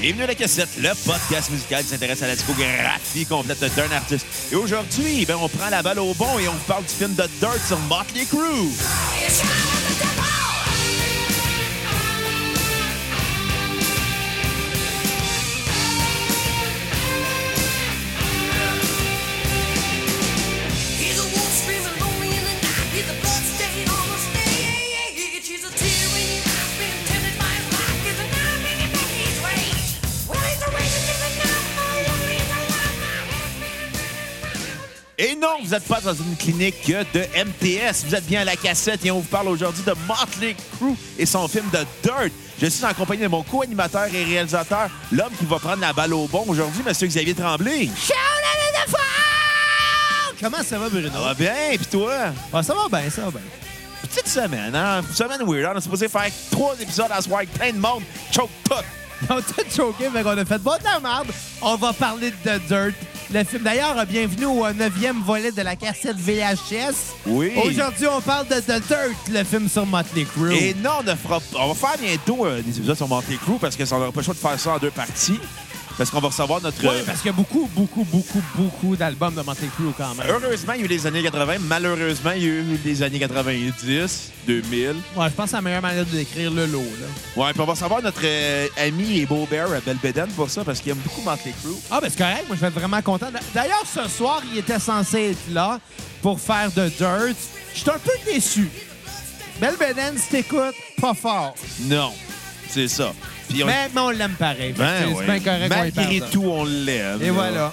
Bienvenue à la cassette, le podcast musical qui s'intéresse à la discographie complète d'un artiste. Et aujourd'hui, ben, on prend la balle au bon et on vous parle du film de Dirt sur Motley Crue. He's a wolf screaming lonely in the night. He's a blood stain on the stage. He's a tear in your eye, being tempted by his life. He's a knife in your back, he's rage. Well, he's a rage, he's a knife. My only is alive. My head's been Et bitten by- non, vous n'êtes pas dans une clinique de MTS. Vous êtes bien à la cassette et on vous parle aujourd'hui de Motley Crue et son film de Dirt. Je suis en compagnie de mon co-animateur et réalisateur, l'homme qui va prendre la balle au bon aujourd'hui, Monsieur Xavier Tremblay. Comment ça va, Bruno? Ça va bien, puis toi? Ah, ça va bien, ça va bien. Petite semaine, hein? Une semaine weird. hein? On est supposé faire trois épisodes à soir avec plein de monde. Choke tout! On t'a choqué, mais on a fait bon de la merde. On va parler de Dirt. Le film, d'ailleurs, bienvenue au euh, neuvième volet de la cassette VHS. Oui. Aujourd'hui, on parle de The Dirt, le film sur Motley Crue. Et non, on, ne fera- on va faire bientôt euh, des épisodes sur Motley Crue parce qu'on n'aura pas le choix de faire ça en deux parties. Parce qu'on va recevoir notre... Ouais, parce qu'il y a beaucoup, beaucoup, beaucoup, beaucoup d'albums de Motley Crue quand même. Heureusement, il y a eu les années 80. Malheureusement, il y a eu les années 90, 2000. Ouais, je pense que c'est la meilleure manière de décrire le lot. Là. Ouais, puis on va savoir notre euh, ami et beau Bear à Belbeden pour ça, parce qu'il aime beaucoup Motley Crue. Ah, ben c'est correct. Moi, je vais être vraiment content. D'ailleurs, ce soir, il était censé être là pour faire de Dirt. Je suis un peu déçu. Belle Beden, si t'écoutes, pas fort. Non, c'est ça. Puis on... Mais, mais on l'aime pareil. Ben Fait que c'est ouais. bien correct qu'on y parle. Malgré tout, on l'aime. Et là. voilà.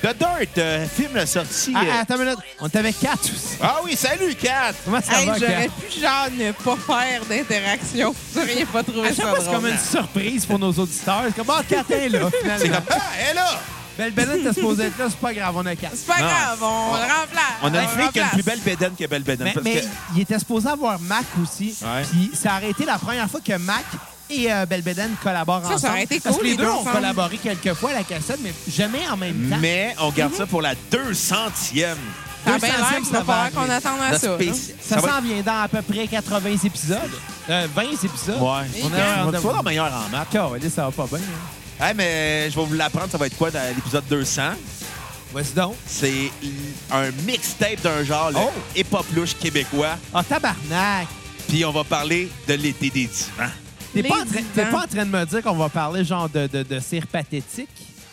The Dirt, euh, film sorti... Ah, euh, ah, attends une minute. On t'avait quatre aussi. Ah oui, salut, Kat! Comment ça Hey, va, j'aurais Kat? pu genre ne pas faire d'interaction. Vous auriez pas trouvé Ah, À chaque ça fois, c'est drôle. comme une surprise pour nos auditeurs. C'est comme, ah, Kat est là, C'est finalement. Ben, comme... Ah, elle est là! Belle Beden, t'es supposé être là, c'est pas grave, on a quatre. C'est pas Non. grave, on, le remplace. On a une le fille qui a une remplace. plus belle bédaine que belle bédaine. Mais, parce mais que- il était supposé avoir Mac aussi. Ouais. Puis ça a été la première fois que Mac et euh, Belbeden collaborent Ça, ça ensemble. aurait été Parce que cool, les les deux deux ont ensemble. collaboré quelques fois à la cassette, mais jamais en même temps. Mais on garde ça pour la 200e. Ça a bien 200e, l'air ça qu'il va ben va falloir qu'on arriver. attende à La Ah, ça. là. spéci- Ça, va s'en vient dans à peu près 80 épisodes. Euh, 20 épisodes. être- Ouais. On On est est un On est toujours meilleur en maths. ça va pas bien. hein. Hey, mais je vais vous l'apprendre, ça va être quoi dans l'épisode 200? Voici donc. C'est un mixtape d'un genre là, Oh! hip-hop louche québécois. Ah, tabarnak! Puis on va parler de l'été des divans. T'es Les pas, en train- divans. t'es pas en train de me dire qu'on va parler genre de, de, de cire pathétique?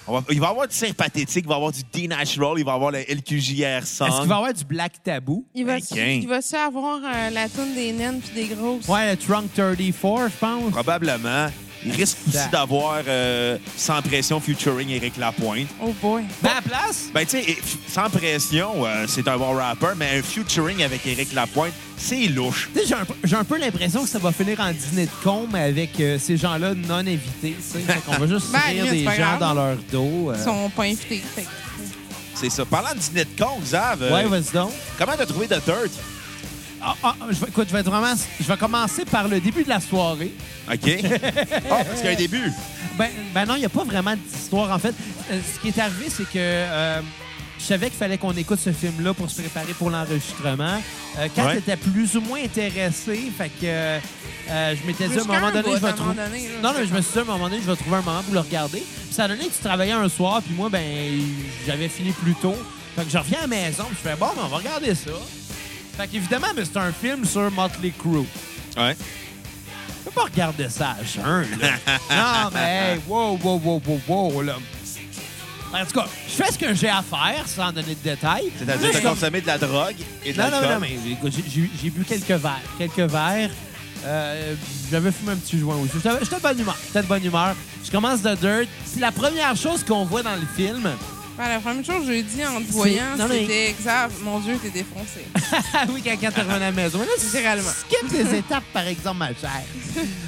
On va- il va y avoir du cire pathétique, il va y avoir du D-Natural, il va y avoir le LQJR song. Est-ce qu'il va y avoir du black tabou? Il Ben, va-tu gain. il va-tu avoir euh, la toune des naines puis des grosses? Ouais, le Trunk 34, je pense. Probablement. Il risque aussi Ça. d'avoir euh, Sans Pression featuring Eric Lapointe. Oh boy. Ben, à la place? Ben, tu sais, et- sans pression, euh, c'est un bon rapper, mais un featuring avec Eric Lapointe, c'est louche. Tu sais, j'ai un, peu- j'ai un peu l'impression que ça va finir en dîner de con, mais avec euh, ces gens-là non invités. On va juste Ben, rire c'est des pas gens grave. dans leur dos. euh. Ils sont pas invités. fait que- C'est ça. Parlant de dîner de con, Xav, euh, Ouais, vas-y donc. comment t'as trouvé The Dirt? Ah, ah, je vais, écoute, je vais, être vraiment, je vais commencer par le début de la soirée. OK. Ah, parce qu'il y a un début. Ben, ben non, il n'y a pas vraiment d'histoire, en fait. Euh, ce qui est arrivé, c'est que euh, je savais qu'il fallait qu'on écoute ce film-là pour se préparer pour l'enregistrement. Euh, Kat Ouais. était plus ou moins intéressée, fait que euh, je m'étais dit à un Jusqu'à moment un donné, bout, je vais à un moment trouver... donné, là, Non, non, c'est je me suis dit à un moment donné, je vais trouver un moment pour le regarder. Puis ça a donné que tu travaillais un soir, puis moi, ben j'avais fini plus tôt. Fait que je reviens à la maison, puis je fais « Bon, ben, on va regarder ça. » Fait qu'évidemment, ben, c'est un film sur Motley Crue. Ouais. Je peux pas regarder ça à jeun, là. non, mais hey, wow, wow, wow, wow, wow, là. En tout cas, je fais ce que j'ai à faire, sans donner de détails. C'est-à-dire Là, je de consommer de la drogue et de Non, non, l'alcool. non, mais écoute, j'ai- j'ai j'ai bu quelques verres. Quelques verres. Euh, j'avais fumé un petit joint aussi. J'étais j'étais de bonne humeur. J'étais de bonne humeur. Je commence de Dirt. Puis la première chose qu'on voit dans le film, Ben, la première chose que j'ai dit en te C'est- voyant, non, mais- c'était exact. Mon Dieu, t'es défoncé. Ah oui, quand, quand tu reviens à la maison. Mais là, tu Littéralement. skippes des étapes, par exemple, ma chère.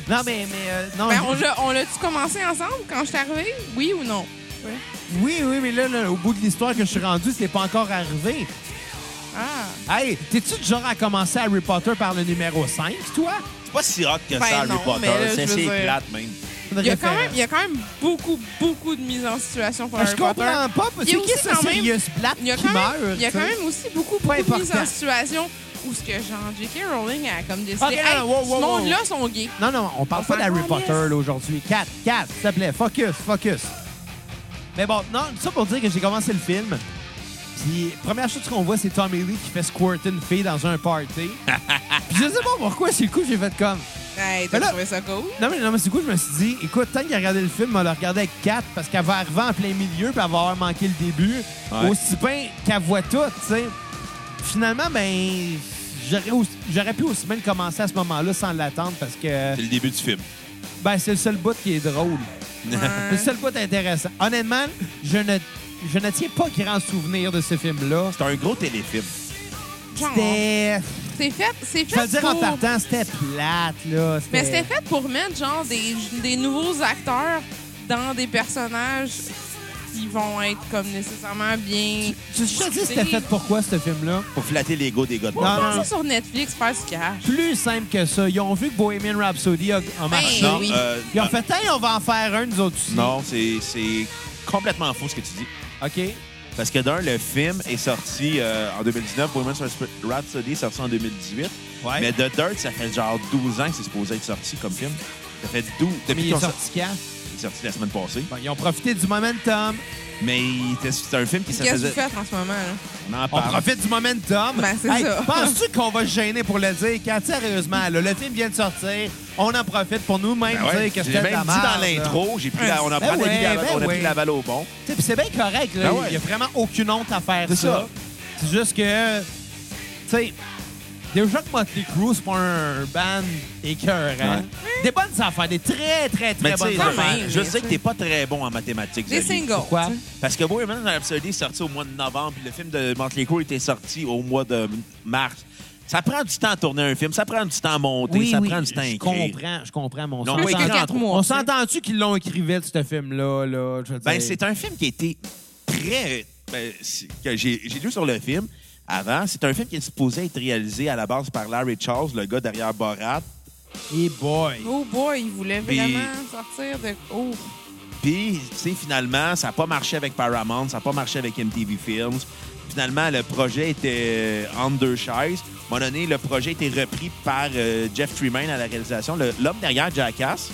Non, mais. mais euh, non, Ben, j'ai- on l'a- on l'a-tu commencé ensemble quand je suis arrivée? Oui ou non? Ouais. Oui, oui, mais là, là, au bout de l'histoire que je suis rendu, c'est pas encore arrivé. Ah. Hey, t'es-tu du genre à commencer Harry Potter par le numéro 5, toi? C'est pas si rock que Ben ça, Harry non, Potter. mais là, C'est je veux assez dire- plate, même. Il y, a quand même, il y a quand même beaucoup, beaucoup de mises en situation pour Ah, Ben, Harry je comprends Potter. pas. parce Il y a que qui aussi ce quand même- sérieux plate Il y a qui quand même, meurt? il y a tu quand sais? même aussi beaucoup, beaucoup Pas de mises important. en situation où ce que genre J.K. Rowling a comme décidé. Ok, non, Hey, non, wow, ce wow, wow. monde-là sont gays. Non, non, on parle On pas s'en d'Harry calisse. Potter là, aujourd'hui. 4, 4, s'il te plaît, focus, focus. Mais bon, non, tout ça pour dire que j'ai commencé le film. Puis, première chose qu'on voit, c'est Tommy Lee qui fait squirter une fille dans un party. Puis, je sais pas pourquoi, c'est le coup, j'ai fait comme. Hey, Mais là- t'as trouvé ça cool? Non, mais, non, mais c'est coup, je me suis dit, écoute, tant qu'il a regardé le film, on va le regarder avec 4 parce qu'elle va arriver en plein milieu puis elle va avoir manqué le début. Ouais. Aussi bien qu'elle voit tout, tu sais. Finalement, ben, j'aurais aussi- j'aurais pu aussi bien le commencer à ce moment-là sans l'attendre parce que. C'est le début du film. Ben, c'est le seul bout qui est drôle. C'est le Ouais. seul bout intéressant. Honnêtement, je ne, je ne tiens pas grand souvenir de ce film-là. C'est un gros téléfilm. Genre, C'était. C'est fait, c'est Je vais le fait dire en pour... partant, c'était plate, là. Mais c'était fait pour mettre genre des, des nouveaux acteurs dans des personnages qui vont être comme nécessairement bien. Je je te dis, c'était fait pourquoi, ce film-là? Pour flatter l'ego des gars de Pour Bond. Non, non, faire non. ça sur Netflix, faire ce cash. Plus simple que ça. Ils ont vu que Bohemian Rhapsody a, a marché. Ben oui. euh, Ils ont fait, hey, on va en faire un, nous autres aussi. non, c'est c'est complètement faux ce que tu dis. OK. Parce que d'un, le film est sorti euh, en 2019, Women's Rhapsody est sorti en 2018. Ouais. Mais The Dirt, ça fait genre 12 ans que c'est supposé être sorti comme film. Ça fait 12 Mais depuis il qu'on est sort- sorti quand? il est sorti la semaine passée. Bon, ils ont profité du momentum. Mais il était- c'était un film qui ça Qu'est-ce que vous faisait. faites en ce moment? Là? On en On parle. profite du momentum. Ben, c'est ça. Penses-tu qu'on va se gêner pour le dire? Quand, sérieusement, là, le film vient de sortir, on en profite pour nous-mêmes Ben ouais, dire que je c'était l'ai de la même dit merde, dans là. l'intro, j'ai pris la- on a Ben pris la- ouais, la- on a ben pris ouais. la balle au bon. Tu sais, puis c'est bien correct. là. Ben ouais. Il n'y a vraiment aucune honte à faire ça. C'est ça. C'est juste que, tu sais, déjà que Motley Crue, c'est pas un band écœurant. Ouais. Des bonnes affaires, des très, très, très Ben, Mais tu bonnes sais, affaires. quand même, je mais sais que tu- t'es pas très bon en mathématiques. Des Xavier. singles. Pourquoi? tu sais. Parce que Bohemian Rhapsody est sorti au mois de novembre, puis le film de Motley Crue était sorti au mois de mars. Ça prend du temps à tourner un film, ça prend du temps à monter, Oui, ça oui, prend du temps à je écrire. comprends, je comprends, mais Non, on s'entend- oui, Jusqu'à quatre mois. on s'entend-tu qu'ils l'ont écrivé, de ce film-là? Là, je veux Ben, dire? c'est un film qui a été très. ben, c'est- que j'ai j'ai lu sur le film avant. C'est un film qui est supposé être réalisé à la base par Larry Charles, le gars derrière Borat. Hey boy! Oh boy, ils voulaient Puis- vraiment sortir de. Oh, Puis, tu sais, finalement, ça n'a pas marché avec Paramount, ça n'a pas marché avec MTV Films. Finalement, le projet était euh, entre deux chaises. À un moment donné, le projet était repris par euh, Jeff Tremaine à la réalisation, le- l'homme derrière Jackass.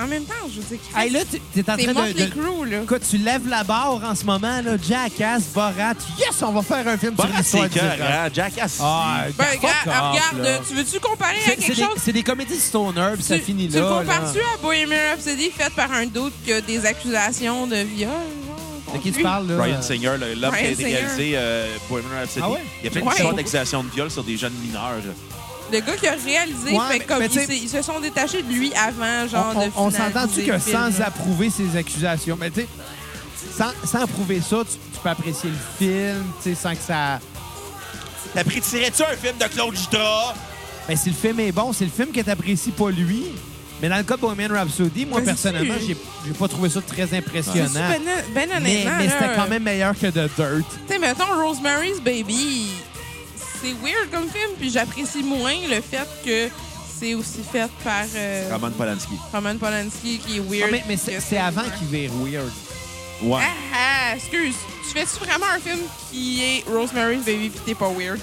en même temps, je veux dire qu'ils Hey, là, tu- t'es en train C'est de... Motley de- Crue, là. Écoute, tu lèves la barre en ce moment, là. Jackass, Borat. Yes, on va faire un film sur Borat, l'histoire c'est du rock. cœur, Jackass. Ah, c'est- Ben, fuck regarde, off, regarde, euh, là. tu veux-tu comparer à C'est c'est quelque des, chose? c'est des comédies stoner, puis ça tu, finit tu là. le là. compares-tu à Bohemian Rhapsody fait par un doute que des accusations de viol? genre, De qui contre tu lui? parles, là? Brian Singer, le- l'homme qui a Brian été réalisé euh, Bohemian Rhapsody. Ah ouais? Il y a plein Ouais. d'histoires d'accusations de viol sur des jeunes mineurs. là. Le gars qui a réalisé, Ouais, fait mais- comme mais ils, tu sais- s'est- ils se sont détachés de lui avant, On, genre, on- de on finaliser s'entend-tu que le film, sans là? approuver ces accusations, mais tu sais, sans, sans approuver ça, tu, tu peux apprécier le film, tu sais, sans que ça. T'as pris, tirais-tu un film de Claude Jutras? Mais ben, si le film est bon, c'est le film que t'apprécies pas lui. Mais dans le cas de Bohemian Rhapsody, moi, Vas-y. personnellement, j'ai j'ai pas trouvé ça très C'est-tu impressionnant. Ben, ben Mais, honnêtement, mais là, c'était quand même meilleur que The Dirt. Ah, Tu sais, mettons, Rosemary's Baby, c'est weird comme film, puis j'apprécie moins le fait que c'est aussi fait par euh, Roman Polanski. Roman Polanski, qui est Non, weird. Ah, mais mais que c'est c'est avant qu'il vire weird. Ouais. Ah, ah, excuse. Tu fais-tu vraiment un film qui est Rosemary's Baby pis t'es pas weird?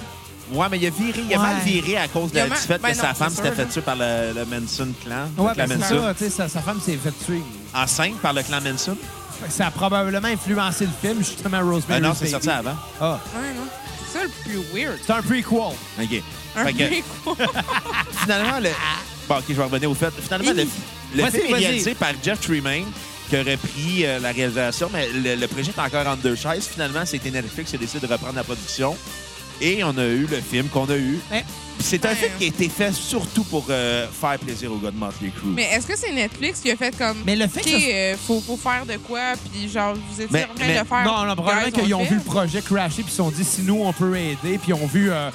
Ouais, mais il a viré, il a Ouais. mal viré à cause de, Il a du mal- fait ben que non, sa femme c'est s'était sûr, fait là. tuer par le, le Manson clan. le Ouais, ben, clan parce que Manson. ça, tu sais, sa, sa femme s'est fait tuer. Enceinte par le clan Manson? Fait que Ça a probablement influencé le film, justement, Ah Rosemary. non, c'est sorti avant. Ah, Ouais, non. C'est ça le plus weird. c'est un prequel. OK. Un Ah. Fait que, préquel. finalement, le... Bon, OK, je vais revenir au fait. Finalement, le, le Vas-y, film est vas-y. réalisé par Jeff Tremaine, qui a repris euh, la réalisation, mais le, le projet est encore en deux chaises. Finalement, c'était Netflix qui a décidé de reprendre la production. Et on a eu le film qu'on a eu. Mais- Puis C'est un Ouais. film qui a été fait surtout pour euh, faire plaisir aux gars de Motley Crue. Mais est-ce que c'est Netflix qui a fait comme. Mais le fait OK, que ça- euh, faut, faut faire de quoi, puis genre, vous étiez Mais- en train mais- de faire. Non, non, probablement Guys, on qu'ils ont le vu le fait. projet crasher puis ils se sont dit si nous on peut aider puis ils ont vu euh,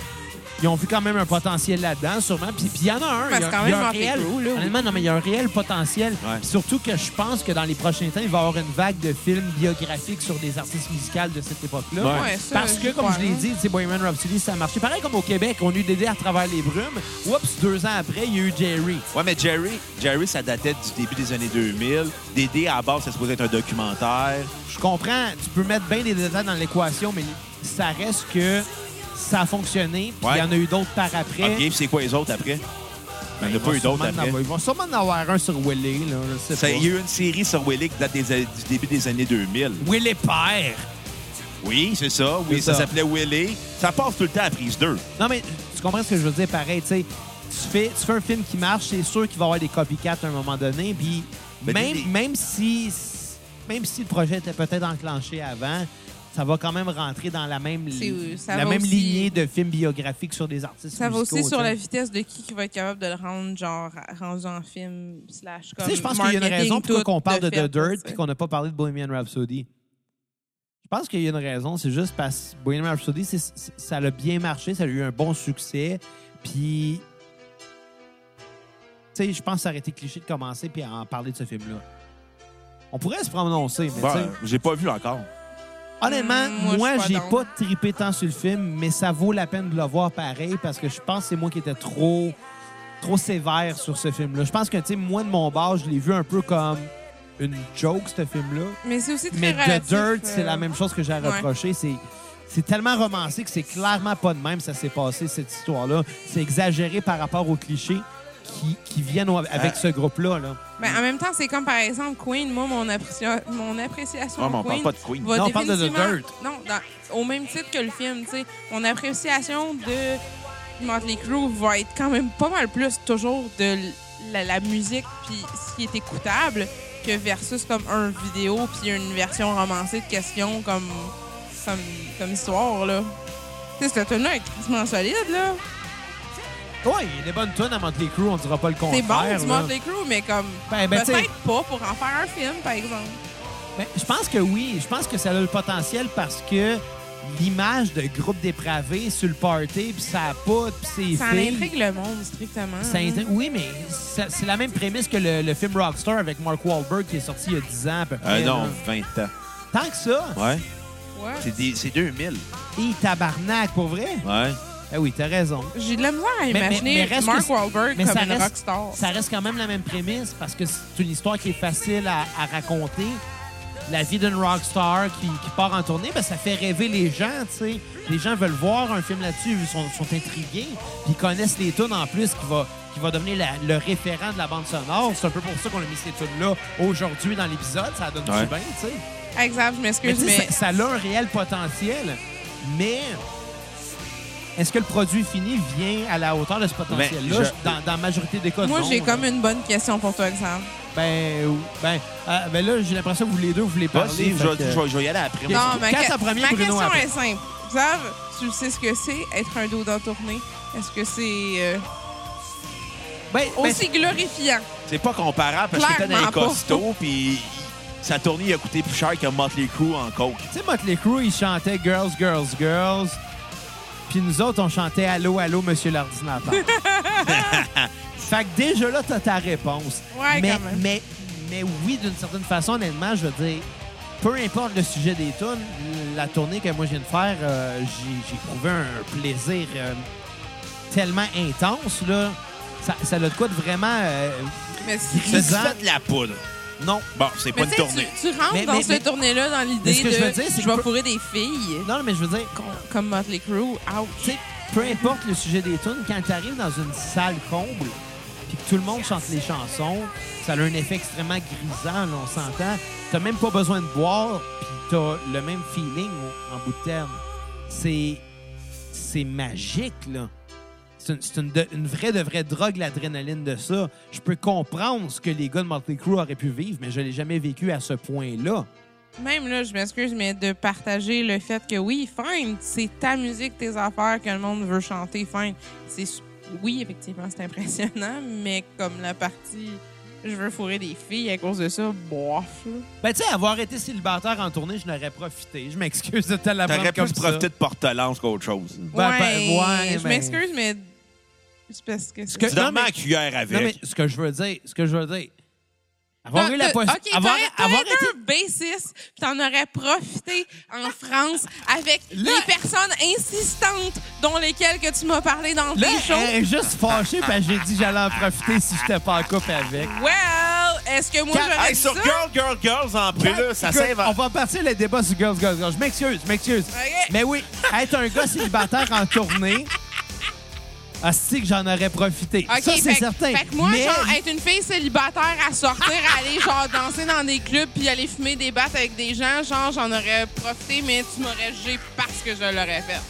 ils ont vu quand même un potentiel là-dedans sûrement puis puis il y en a un, Mais il y a, c'est quand il y a même un Motley réel, Crue, là, oui. honnêtement, non mais il y a un réel potentiel Ouais. Puis surtout que je pense que dans les prochains temps il va y avoir une vague de films biographiques sur des artistes musicaux de cette époque-là. Ouais. Ouais, ça, Parce que, j'y comme crois, je l'ai hein. dit, tu sais, Bohemian Rhapsody, ça a marché. Pareil comme au Québec, on a eu Dédé à travers les brumes. Oups, deux ans après, il y a eu Jerry. Ouais, mais Jerry, Jerry, ça datait du début des années 2000. Dédé, à la base, ça supposé être un documentaire. Je comprends, tu peux mettre bien des détails dans l'équation, mais ça reste que ça a fonctionné. Puis Ouais. il y en a eu d'autres par après. OK, puis c'est quoi les autres après? Il n'y en a pas Ben, il va eu d'autres sûrement en après. avoir- Il va sûrement en avoir un sur Willy, là. Je sais Ça, pas. Il y a eu une série sur Willy qui date des a- du début des années 2000. Willy Père. Oui, c'est ça. Oui, C'est ça ça. s'appelait Willy. Ça passe tout le temps à prise 2. Non, mais tu comprends ce que je veux dire pareil, tu sais. Tu fais, tu fais un film qui marche, c'est sûr qu'il va y avoir des copycats à un moment donné. Puis Ben, même, des- même, si, même si le projet était peut-être enclenché avant, ça va quand même rentrer dans la même, C'est- ça la va même aussi- lignée de films biographiques sur des artistes Ça va musicaux, aussi sur tu sais. la vitesse de qui qui va être capable de le rendre, genre, rendu en film, slash, Tu comme. sais, je pense qu'il y a une marketing, raison pourquoi tout on parle de, fait, The Dirt tu sais. et qu'on n'a pas parlé de Bohemian Rhapsody. Je pense qu'il y a une raison, c'est juste parce que Bohemian Rhapsody, c'est- c'est- ça a bien marché, ça a eu un bon succès, puis... Tu sais, je pense que ça aurait été cliché de commencer puis à en parler de ce film-là. On pourrait se prononcer, mais tu sais, Ben, j'ai pas vu encore. honnêtement, Mm, moi, moi, je suis pas j'ai down. pas tripé tant sur le film, mais ça vaut la peine de le voir pareil parce que je pense que c'est moi qui étais trop trop sévère sur ce film-là. Je pense que, tu sais, moi, de mon bord, je l'ai vu un peu comme une joke, ce film-là. Mais c'est aussi très Mais The relatif, Dirt, euh, c'est la même chose que j'ai à ouais. reprocher. C'est, c'est tellement romancé que c'est clairement pas de même ça s'est passé, cette histoire-là. C'est exagéré par rapport aux clichés qui, qui viennent au- avec Ah. ce groupe-là. Là. Ben, en même temps, c'est comme par exemple Queen. Moi, mon, apprécia- mon appréciation Ouais, Ah, mais on de parle Queen. pas de Queen. va Non, on parle de The définitivement- Dirt. Non, dans- au même titre que le film, tu sais. Mon appréciation de Motley Crue va être quand même pas mal plus toujours de l- la, la musique puis ce qui est écoutable que versus comme un vidéo puis une version romancée de questions comme, comme, comme histoire, là. Tu sais, ce tune-là est quasiment solide, là. Ouais, il y a des bonnes tunes à Motley Crue, on dira pas le contraire. C'est bon, là. du Motley Crue, mais comme... Ben, ben, tu sais- Peut-être pas pour en faire un film, par exemple. Ben, je pense que oui. Je pense que ça a le potentiel parce que l'image de groupe dépravé sur le party, puis ça a pas, puis Ça en c'est filles... intrigue le monde, strictement. Ça hein. intrigue- Oui, mais ça- c'est la même prémisse que le, le film Rockstar avec Mark Wahlberg qui est sorti il y a 10 ans à peu Euh, près. non, là. 20 ans. Tant que ça, Ouais. Ouais. C'est des- c'est 2000. et tabarnak, pour vrai. Ouais. Ah oui, t'as raison. J'ai de la misère à mais- imaginer mais reste Mark que- Wahlberg mais comme ça une reste- rockstar. Ça reste quand même la même prémisse parce que c'est une histoire qui est facile à, à raconter. La vie d'une rockstar qui, qui part en tournée, ben, ça fait rêver les gens, tu sais. Les gens veulent voir un film là-dessus, ils sont, sont intrigués, puis ils connaissent les tunes en plus qui va, qui va devenir la- le référent de la bande sonore. C'est un peu pour ça qu'on a mis ces tunes-là aujourd'hui dans l'épisode. Ça donne Ouais. du bien, tu sais. Exact, je Mais m'excuse, tu mais, sais, ça, ça a un réel potentiel, mais est-ce que le produit fini vient à la hauteur de ce potentiel-là? Ben, je- Dans, dans la majorité des cas, moi, non, j'ai là. comme une bonne question pour toi, Alexandre. Ben, ou- ben, ah, ben là, j'ai l'impression que vous les deux, vous voulez Bah, parler. si, je fait je- que- je- je vais y aller après. Non, moi. ma, Quand en premier, ma Bruno question après. est simple. Xav, tu sais ce que c'est, être un dos en tournée? Est-ce que c'est euh, Ben, ben, aussi glorifiant? C'est pas comparable parce que t'es dans Clairement un pas. costaud, puis sa tournée il a coûté plus cher que Motley Crue en coke. tu sais, Motley Crue, ils chantaient Girls, Girls, Girls. Puis nous autres, on chantait Allô, Allô, Monsieur l'ordinateur. fait que déjà là, t'as ta réponse. Ouais, mais, quand même. mais, mais oui, d'une certaine façon, honnêtement, je veux dire, peu importe le sujet des tunes, la tournée que moi je viens de faire, euh, j'ai j'ai trouvé un plaisir euh, tellement intense, là. Ça, ça a de quoi de vraiment... euh, Mais tu- Ça Dix se ans. fait de la poudre. non. Bon, c'est pas mais une tu sais, tournée. tu, tu rentres Mais- dans mais- ce mais- tournée-là dans Mais l'idée ce de que je veux dire, c'est je vais que- fourrer des filles Non, mais je veux dire, com- comme Motley Crue. Ouch. tu sais, peu importe le sujet des tunes, quand tu arrives dans une salle comble puis que tout le monde chante les chansons, ça a un effet extrêmement grisant, là, on s'entend. T'as même pas besoin de boire, puis t'as le même feeling au- en bout de terme. C'est c'est magique, là. C'est une, c'est une de- une vraie de vraie drogue, l'adrénaline de ça. Je peux comprendre ce que les gars de Motley Crue auraient pu vivre, mais je l'ai jamais vécu à ce point-là. Même là, je m'excuse, mais de partager le fait que oui, fine, c'est ta musique, tes affaires que le monde veut chanter, fine. C'est su- oui, effectivement, c'est impressionnant, mais comme la partie je veux fourrer des filles à cause de ça, bof. là. Ben, tu sais, avoir été célibataire en tournée, je n'aurais profité. Je m'excuse de te la T'aurais prendre comme pu ça. profiter de Portelance qu'autre chose. Ben, ben, ouais, je ben- m'excuse, mais c'est parce que que- Tu non, dormais mais- à cuillère avec. Non, mais ce que je veux dire, ce que je veux dire, avoir eu la possibilité. euh, OK, avoir, t'aurais- avoir t'aurais été un bassiste, puis t'en aurais profité en France avec Là- les personnes insistantes dont lesquelles que tu m'as parlé dans Là, tes shows. elle est juste fâchée parce que j'ai dit que j'allais en profiter si j'étais pas en couple avec. Well, Est-ce que moi, Quatre- j'aurais Hey, dit sur ça? Girl, Girl, Girls, en plus, là, ça Écoute, s'invente. On va partir le débat sur Girls, Girls, Girls. Je m'excuse, je m'excuse. Ok. Mais oui, être un gars célibataire en tournée, asti que j'en aurais profité. Ok, ça, c'est fait que- certain. Fait que moi, Mais- genre, être une fille célibataire à sortir, aller genre danser dans des clubs puis aller fumer des battes avec des gens, genre, j'en aurais profité, mais tu m'aurais jugé parce que je l'aurais fait.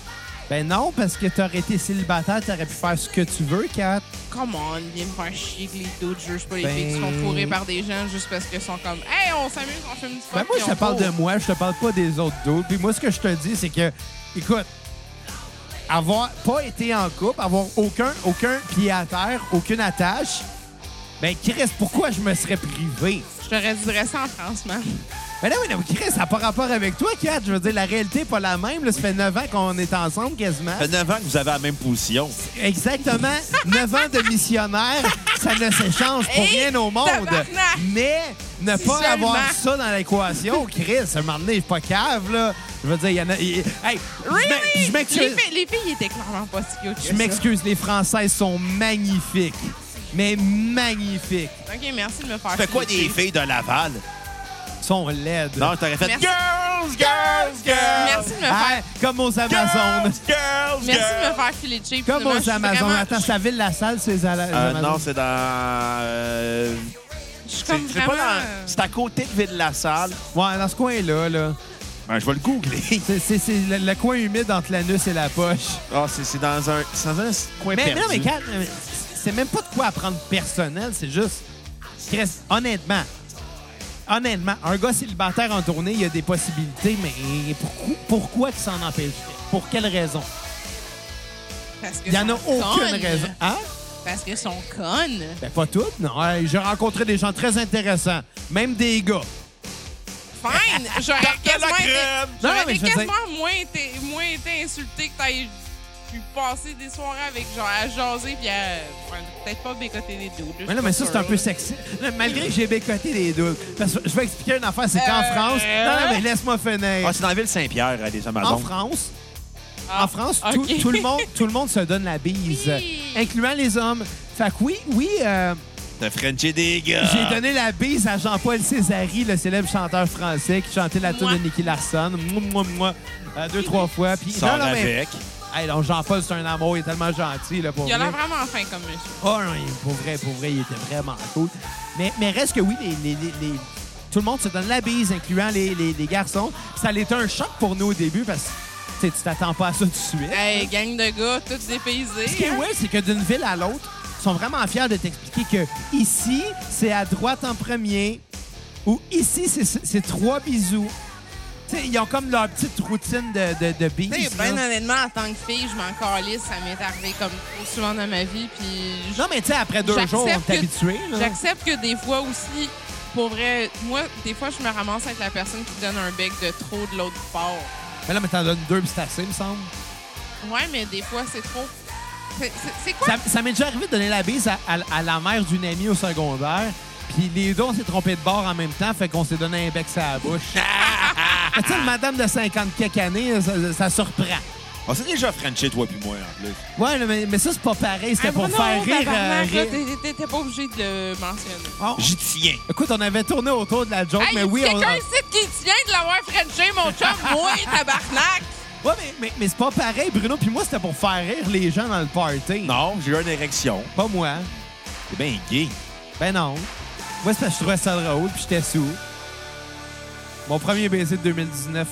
Ben non, parce que t'aurais été célibataire, t'aurais pu faire ce que tu veux, Kat. Come on, viens me faire chier que les d'autres jugent pas les Ben- filles qui sont fourrées par des gens juste parce qu'ils sont comme, hey, on s'amuse, on fume du Ben moi, fuck, puis je te on parle court. de moi, je te parle pas des autres d'autres. Puis moi, ce que je te dis, c'est que, écoute, avoir pas été en couple, avoir aucun, aucun pied à terre, aucune attache, ben Chris, pourquoi je me serais privé? Je te redirais ça en France, man. Ben là, oui, non, Chris, ça n'a pas rapport avec toi, Kat. Je veux dire, la réalité est pas la même. Là, ça fait 9 ans qu'on est ensemble quasiment. Ça fait 9 ans que vous avez la même position. Exactement. 9 ans de missionnaire, ça ne s'échange pour Hey, rien au monde. tabarnak! Mais ne Si pas seulement. avoir ça dans l'équation, Chris, à un moment donné, je suis pas cave, là. Je veux dire, il y en a. il- Hey, je m'ex- Really? je Ben, Les m'excuse. filles, les filles étaient clairement pas si cute que Je ça. m'excuse, les Françaises sont magnifiques. Mais magnifiques. Ok, merci de me faire Tu fais quoi des flipper. filles de Laval? Elles sont laides. Non, je t'aurais fait Merci. Girls, Girls, Girls! Merci de me faire Ah, comme aux Amazones. Girls, Girls, Merci Girls! de me faire filer cheap. Comme Finalement, je aux suis Amazones. vraiment- Attends, ça ville la salle, ces Ala- les Euh, Amazones. non, c'est dans. euh, Je suis c'est comme c'est vraiment... pas euh, dans. C'est à côté de Ville-la-Salle. Ouais, dans ce coin-là, là. Ben, je vais le googler. C'est- C'est c'est le, le coin humide entre l'anus et la poche. Ah, c'est c'est dans un. C'est dans un coin Mais, mais perdu. non, mais Kat, euh, c'est même pas de quoi apprendre personnel, c'est juste. Chris, honnêtement, honnêtement, un gars célibataire en tournée, il y a des possibilités, mais pourquoi, pourquoi qu'il s'en empêche? Pour quelle raison? Parce que Il y en a sont aucune connes. raison. Hein? Parce que sont connes. Ben, pas toutes, non. Hey, J'ai rencontré des gens très intéressants, même des gars. Fine! J'aurais Tarte à la quasiment été, crème. j'aurais Non, non, mais été je veux dire- quasiment moins, été, moins été insulté que t'ailles pu passer des soirées avec, genre, à jaser puis à... ouais, Peut-être pas bécoter des dos. Mais non, mais ça, c'est un peu sexy. Là, Malgré que j'ai bécoté les deux. Parce que je vais expliquer une affaire, c'est qu'en Euh, France. Non, non, mais laisse-moi finir. Ah, c'est dans la Ville-Saint-Pierre, euh, les Amazones. en France, Ah, En France, ok. tout, tout le monde, tout le monde se donne la bise, Oui. incluant les hommes. Fait que oui, oui, euh, T'as Frenché des gars. j'ai donné la bise à Jean-Paul Césari, le célèbre chanteur français qui chantait la tune Moi. de Nicky Larson, moi, moi, moi, euh, deux, trois fois. Puis, Sors non, non, mais- avec. Hey, non, Jean-Paul, c'est un amour, il est tellement gentil, là, pour Il a vrai. l'air vraiment fin comme monsieur. Oh, non, il- pour vrai, pour vrai, il était vraiment cool. Mais, mais reste que oui, les, les- les- les- tout le monde se donne la bise, incluant les, les- les garçons. Ça l'était un choc pour nous au début parce que tu sais, tu t'attends pas à ça tout de suite. Hey, gang de gars, tous dépaysés. Ce qui est hein. weird, c'est que d'une ville à l'autre, ils sont vraiment fiers de t'expliquer que ici, c'est à droite en premier, ou ici, c'est c'est trois bisous. Tu sais, ils ont comme leur petite routine de, de, de bise, Tu sais, là. ben honnêtement, en tant que fille, je m'en calisse. Ça m'est arrivé comme trop souvent dans ma vie. Puis Non, mais tu sais, après deux J'accepte jours, on que- est habitué. là. J'accepte que des fois aussi, pour vrai, moi, des fois, je me ramasse avec la personne qui donne un bec de trop de l'autre part. Mais là, mais t'en donnes deux, puis c'est assez, me semble. Ouais, mais des fois, c'est trop. C'est- c'est- C'est quoi? Ça, ça m'est déjà arrivé de donner la bise à, à- à la mère d'une amie au secondaire. Puis les deux, on s'est trompés de bord en même temps, fait qu'on s'est donné un bec sur la bouche. Mais tu sais, une madame de 50 quelques années, ça, ça surprend. On s'est déjà Frenché, toi puis moi, en plus. Ouais, là, mais, mais ça, c'est pas pareil. C'était Ah, pour Bruno, faire rire. euh, tabarnak, là, rire. t'es- t'es- T'es pas obligé de le mentionner. Oh, J'y tiens. Écoute, on avait tourné autour de la joke, Hey, Oh, mais oui, on. quelqu'un on- ici qui tient de l'avoir Frenché, mon chum? Oui, tabarnak! Ouais, mais, mais, mais c'est pas pareil, Bruno. Puis moi, c'était pour faire rire les gens dans le party. Non, j'ai eu une érection. Pas moi. C'est bien gay. Ben non. Moi, c'est parce que je trouvais ça drôle, puis j'étais sous. Mon premier baiser de 2019.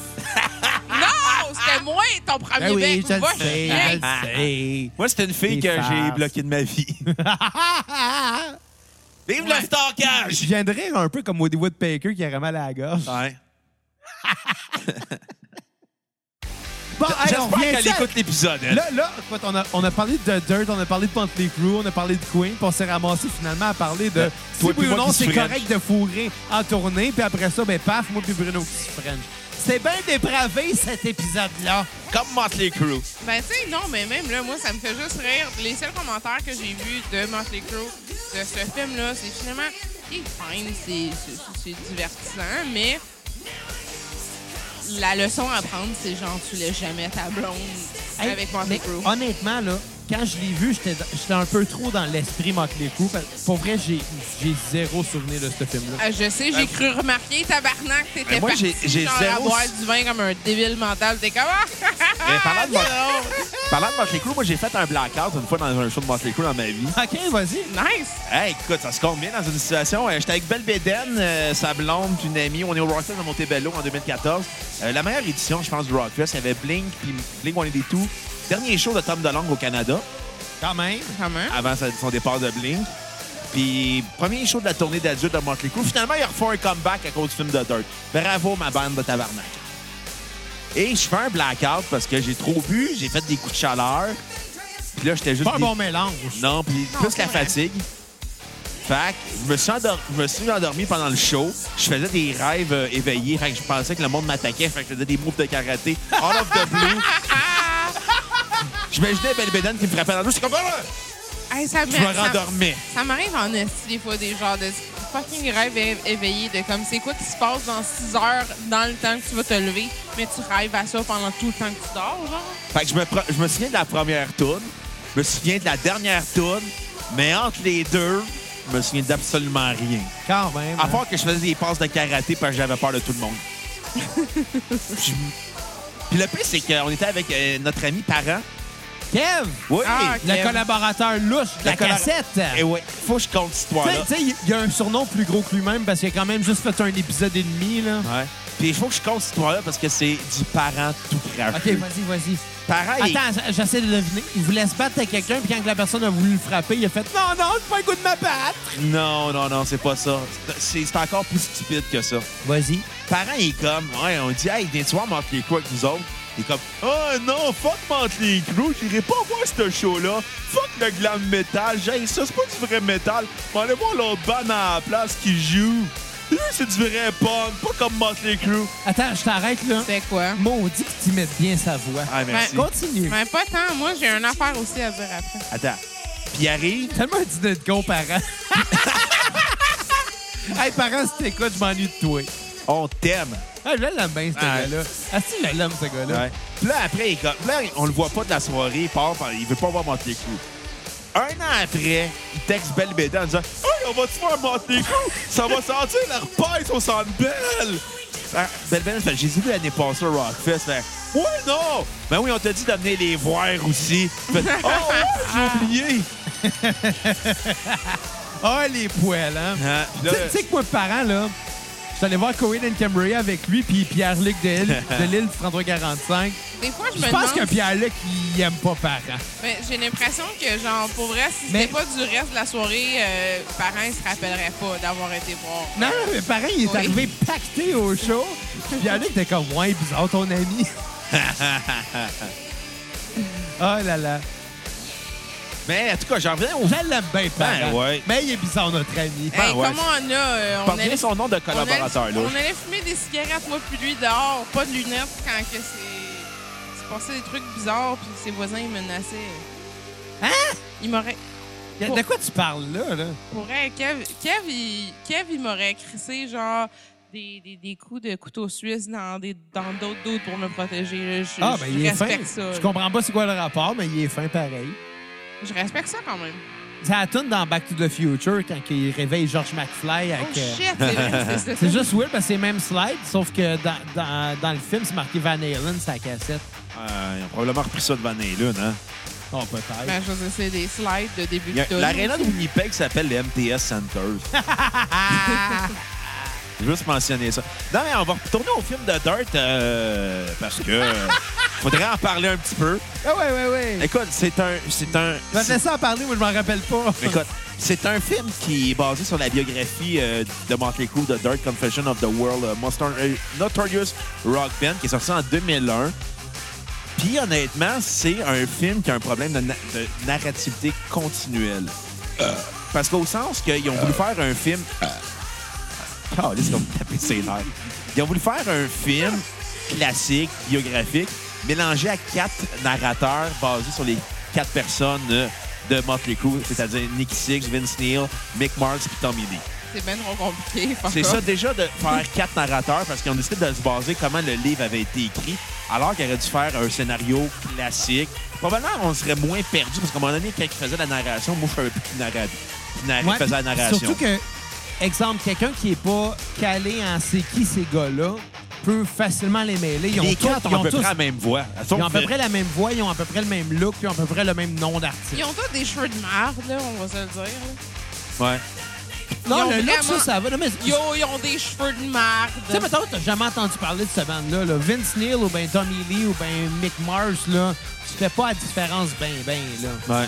Non, c'était moi, ton premier Ben oui, bec. je le Va sais, chier. je le sais. Moi, c'était une fille Les que j'ai farces. bloquée de ma vie. Vive le Je stockage! viens de rire un peu comme Woody Woodpecker qui a mal à la gorge. Ouais. Bon, hey, on J'espère revient qu'elle ça- écoute l'épisode. elle. Là, là, écoute, on a, on a parlé de Dirt, on a parlé de Pontley Crew, on a parlé de Queen, puis on s'est ramassé finalement à parler de Ouais. si Toi oui puis ou moi non qui se c'est French. correct de fourrer en tournée, puis après ça, ben paf, moi puis Bruno qui se French. C'est bien dépravé cet épisode-là. Comme Motley Crue. Ben, tu sais, non, mais même là, moi, ça me fait juste rire. Les seuls commentaires que j'ai vus de Motley Crue, de ce film-là, c'est finalement, il est fine, c'est- c'est- c'est divertissant, mais la leçon à prendre, c'est genre, tu laisses jamais ta blonde Hey, avec Motley mais Crue. Ah. Honnêtement, là, quand je l'ai vu, j'étais dans- j'étais un peu trop dans l'esprit Motley Crue. Parce que Pour vrai, j'ai j'ai zéro souvenir de ce film-là. Ah, je sais, j'ai cru remarquer, tabarnak, Euh, Mais t'étais moi, parti j'ai- j'ai genre zéro- à boire du vin comme un débile mental. T'es comme... Ah! Mais parlant de, Mot- parlant de Motley Crue, moi, j'ai fait un blackout une fois dans un show de Motley Crue dans ma vie. OK, vas-y. Nice! Hey, écoute, ça se compte bien dans une situation. Euh, J'étais avec Belle Bédène, euh, sa blonde, puis une amie. On est au Rockfest à Montebello en 2014. Euh, la meilleure édition, je pense, du Rockfest, il y avait Blink, puis Blink, on est des tout. Dernier show de Tom DeLonge au Canada, Quand même. Comment? avant sa- son départ de Blink. Puis premier show de la tournée d'adultes de Motley Crue. Finalement, ils refont un comeback à cause du film de Dirt. Bravo, ma bande de tabarnak. Et je fais un blackout parce que j'ai trop bu, j'ai fait des coups de chaleur. Puis là, j'étais juste... Pas un dé- bon mélange. non, puis Non, plus c'est la vrai. fatigue. Fait que je me suis, endor- je me suis endormi pendant le show. Je faisais des rêves euh, éveillés. Fait que je pensais que le monde m'attaquait. Fait que je faisais des moves de karaté. All of the blue. J'imaginais Belle Bédane qui me frappait dans le dos. J'étais comme... Ah! Hey, ça Je m'a- me ça- rendormais. Ça m'arrive en esti des fois des genres de fucking rêves é- éveillés de comme c'est quoi qui se passe dans 6 heures dans le temps que tu vas te lever, mais tu rêves à ça pendant tout le temps que tu dors, genre. Fait que je me, pro- je me souviens de la première tourne. Je me souviens de la dernière tourne. Mais entre les deux, je me souviens d'absolument rien. Quand même. À hein. part que je faisais des passes de karaté parce que j'avais peur de tout le monde. Puis puis le pire, c'est qu'on était avec euh, notre ami parent. Kev, Oui. Ah, ok. le Kev. collaborateur louche de la Le colla- cassette. Et ouais, Eh faut que je compte cette Tu histoire-là. sais, tu sais, il y a un surnom plus gros que lui-même parce qu'il a quand même juste fait un épisode et demi, là. Ouais. Puis il faut que je compte cette histoire-là parce que c'est du parent tout OK, cracheux. vas-y, vas-y. Parent, il- Attends, j'essaie de le deviner. Il voulait se battre avec quelqu'un, puis quand la personne a voulu le frapper, il a fait Non, non, c'est pas un coup de ma patte. Non, non, non, c'est pas ça. C'est c'est encore plus stupide que ça. Vas-y. Parent, il est comme, ouais, on dit, hey, viens-tu voir Motley Crue avec nous autres? Il est comme, oh non, fuck Motley Crue, j'irai pas voir ce show-là. Fuck le glam metal, j'ai ça, c'est pas du vrai metal. On va aller voir l'autre band à la place qui joue. Eux, c'est du vrai punk, pas comme Motley Crue. Attends, je t'arrête, là. C'est quoi? Maudit que tu mettes bien sa voix. Ah, merci. Ben, Continue. Mais pas tant, moi j'ai une affaire aussi à dire après. Attends. Puis il arrive, Tellement dit de con, parent. hey, parent, si t'écoutes, je m'ennuie de toi. on t'aime. Ah, je l'aime bien, ce Ah. gars-là. Ah, si, je l'aime, ce gars-là. Ouais. Puis là, après, il est comme- là, on le voit pas de la soirée, il part, par- il veut pas voir Motley Crue. Un an après, il texte Belle Bédard en disant Hey, on va-tu voir Motley Crue Ça va sentir la repasse au centre Belle Ah, Belle Bédard fait J'ai vu l'année passée au Rockfest. Fait, ouais, non Ben oui, on t'a dit d'amener les voir aussi. Fait, oh, ouais, j'ai oublié Ah, les poils, hein. Hein, puis Tu là, sais- Tu sais que moi, parent, là, je suis allé voir Cohen and Cambria avec lui puis Pierre-Luc de Lille, de Lille du 3345. Des fois, je Je me pense que demande, Pierre-Luc, il aime pas parent. mais j'ai l'impression que, genre, pour vrai, si Mais- c'était pas du reste de la soirée, euh, parents, ils se rappelleraient pas d'avoir été voir. Non, non, mais parent, il est Oui. arrivé pacté au show. Puis Pierre-Luc était comme, ouais, bizarre ton ami. oh là là. Mais en tout cas, j'en reviens au. Je l'aime bien, Ben parent. ouais. Mais il est bizarre, notre ami. Hey, ouais. comment on a. euh, on Porte bien allait- son nom de on allait- collaborateur, là. On allait fumer des cigarettes, moi puis lui, dehors, pas de lunettes, quand que c'est. C'est passé des trucs bizarres, puis ses voisins, ils menaçaient. Hein? Il m'aurait. Ben, De quoi tu parles, là? là? Pourrait, Kev, Kev, il, Kev, il m'aurait crissé, genre, des, des, des coups de couteau suisse dans des- dans d'autres doutes pour me protéger. là. Je, Ah, je ben, il est fin. respecte ça. Je comprends pas c'est quoi le rapport, mais il est fin pareil. Je respecte ça quand même. C'est la tune dans Back to the Future quand il réveille George McFly Oh avec. euh, shit, c'est vrai, c'est- C'est c'est- juste weird parce que c'est les mêmes slides, sauf que dans, dans, dans le film, c'est marqué Van Halen, sa cassette. Euh, ils ont probablement repris ça de Van Halen, hein. Oh, peut-être. Ben, je veux dire, c'est des slides de début Il y de a- tune. L'aréna de Winnipeg s'appelle le MTS Centers. Je veux juste mentionner ça. Non, mais on va retourner au film de Dirt euh, parce que euh, faudrait en parler un petit peu. Ah, ouais, ouais, ouais. Écoute, c'est un. C'est un. Je vais te c'est- laisser en parler, moi, je m'en rappelle pas. Écoute, c'est un film qui est basé sur la biographie euh, de Motley Crue, de Dirt Confession of the World, euh, Most euh, Notorious Rock Band, qui est sorti en 2001. Puis honnêtement, c'est un film qui a un problème de, na- de narrativité continuelle. Euh, Parce qu'au sens qu'ils ont voulu faire un film... Caliste, ils vont me taper ses nerfs. Ils ont voulu faire un film classique, biographique, mélangé à quatre narrateurs basés sur les quatre personnes euh, de Motley Crue, c'est-à-dire Nicky Six, Vince Neil, Mick Marks et Tommy Lee. C'est ben trop compliqué. fuck C'est off. ça, déjà, de faire quatre narrateurs, parce qu'ils ont décidé de se baser comment le livre avait été écrit. alors qu'il aurait dû faire un scénario classique. Probablement, on serait moins perdu parce qu'à un moment donné, quand il faisait la narration, moi, je savais plus qui narra- qui narra- Ouais, faisait la puis narration. Surtout que, exemple, quelqu'un qui est pas calé en c'est qui ces gars-là peut facilement les mêler. Ils ont les tous- quatre ils ont à ont peu tous- près la même voix. Elles sont ils ont à peu fait- près la même voix, ils ont à peu près le même look, puis ils ont à peu près le même nom Ils d'artiste. ont tous des cheveux de merde, là, on va se le dire. là. Ouais. Non, ils ont le look, vraiment- ça, ça va. Non, mais- Yo, ils ont des cheveux de merde. Tu sais, mettons, t'as jamais entendu parler de cette bande-là. là. Vince Neil ou ben Tommy Lee ou ben Mick Mars, là, tu fais pas la différence ben ben, là. Ouais.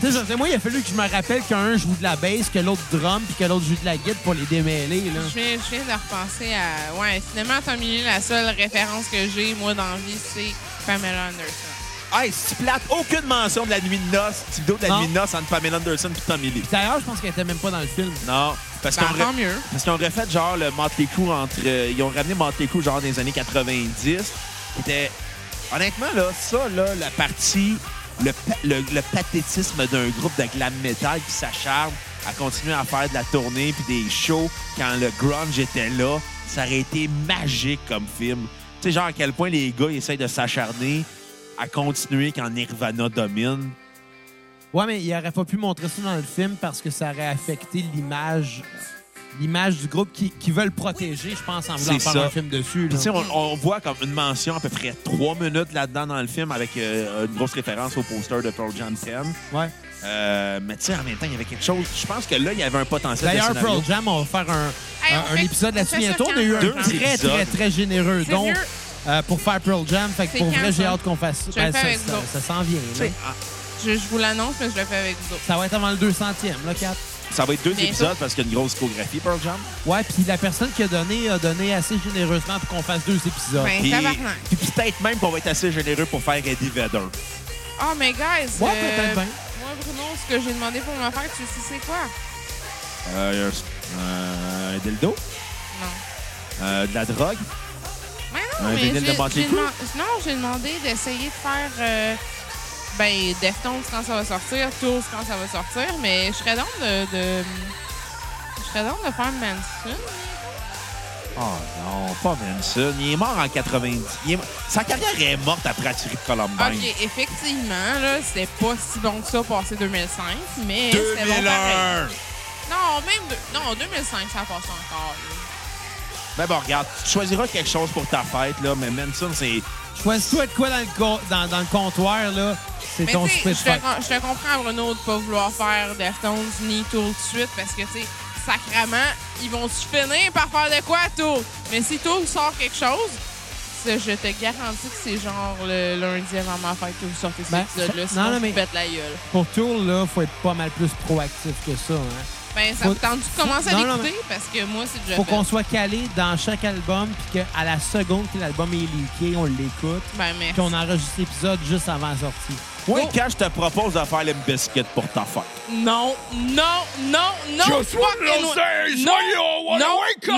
Tu sais, je veux dire, moi, il a fallu que je me rappelle qu'un joue de la bass, que l'autre drum, puis que l'autre joue de la guide pour les démêler, là. Je viens, je viens de repenser à. Ouais, finalement, Tommy Lee, la seule référence que j'ai, moi, dans la vie, c'est Pamela Anderson. Hey, si tu plates aucune mention de la nuit de noces, petit vidéo de la Non. nuit de noces entre Pamela Anderson et Tommy Lee. D'ailleurs, je pense qu'elle était même pas dans le film. Non, parce Ben, qu'on tant mieux. parce qu'ils ont refait genre le Motley Crue entre euh, ils ont ramené Motley Crue genre dans les années 90. C'était honnêtement là ça là la partie le, pa- le, le pathétisme d'un groupe de glam metal qui s'acharne à continuer à faire de la tournée puis des shows quand le grunge était là, ça aurait été magique comme film. Tu sais genre à quel point les gars ils essayent de s'acharner à continuer quand Nirvana domine. Ouais, mais il aurait pas pu montrer ça dans le film parce que ça aurait affecté l'image l'image du groupe qui, qui veulent protéger, je pense, en voulant C'est faire ça. un film dessus. Puis, tu sais, Là. on, on voit comme une mention à peu près trois minutes là-dedans dans le film avec euh, une grosse référence au poster de Pearl Jam 10. Ouais. Euh, mais tu sais, en même temps, il y avait quelque chose. Je pense que là, il y avait un potentiel de D'ailleurs, scénario. Pearl Jam, on va faire un, Hey, un- on un fait- épisode on là-dessus fait ça bientôt. On a eu un quand? Deux très, très, épisodes. très généreux C'est don mieux. euh, pour faire Pearl Jam. Fait que C'est pour quand, vrai, j'ai ça? hâte qu'on fasse Je le fais ça. avec vous ça, autres. ça s'en vient. Tu là. sais, ah, Je, je vous l'annonce, mais je le fais avec vous autres. Ça va être avant le 200e, là, Cap. ça va être deux Bien épisodes sûr. parce qu'il y a une grosse chorégraphie, Pearl Jam. Ouais, puis la personne qui a donné a donné assez généreusement pour qu'on fasse deux épisodes. Ben, Puis tabarnak. puis peut-être même qu'on va être assez généreux pour faire Eddie Vedder. Euh, Ah, mais guys. Ouais, euh, peut-être bien. Moi, Bruno, ce que j'ai demandé pour ma fête, tu sais, c'est quoi? Euh, euh, un dildo, Non. euh, de la drogue. Mais non, Un mais vinyle de j'ai- Motley j'ai Crue? deman- Non, j'ai demandé d'essayer de faire euh, ben Deftones quand ça va sortir, Tools quand ça va sortir, mais je serais donc de, de- je serais donc de faire Manson. Oh non, pas Manson. Il est mort en 90. Il est mo- Sa carrière est morte après la tuerie de Columbine. Ok, effectivement, là, c'était pas si bon que ça passé 2005, mais c'était bon pareil. 2001! Non, même de- non, 2005 ça passe encore. là. Ben bon, regarde, tu choisiras quelque chose pour ta fête, là, mais Manson, c'est. Choisis-toi de quoi dans le, co- dans, dans le comptoir, là. C'est Mais ton tu sais, souper de je te fête. com- je te comprends Bruno de pas vouloir faire Deftones ni Tools tout de suite parce que tu sais. Sacrament, ils vont se finir par faire de quoi à Tours. Mais si Tours sort quelque chose, ça, je te garantis que c'est genre le lundi avant ma fête que vous sortez cet Ben, épisode-là. ça- Sinon, non, non, je mais- vous pète la gueule. Pour Tour, là, faut être pas mal plus proactif que ça. Hein. Ben, ça Faut- me tente de commencer à Non, non, l'écouter parce que moi, c'est déjà Faut fait. qu'on soit calé dans chaque album, puis qu'à la seconde que l'album est leaké, on l'écoute, Ben, mais... puis on enregistre l'épisode juste avant la sortie. Oui, Oh. quand je te propose de faire les biscuits pour ta fête. Non, non, non, non. fucking way. Oh, Non, non, non,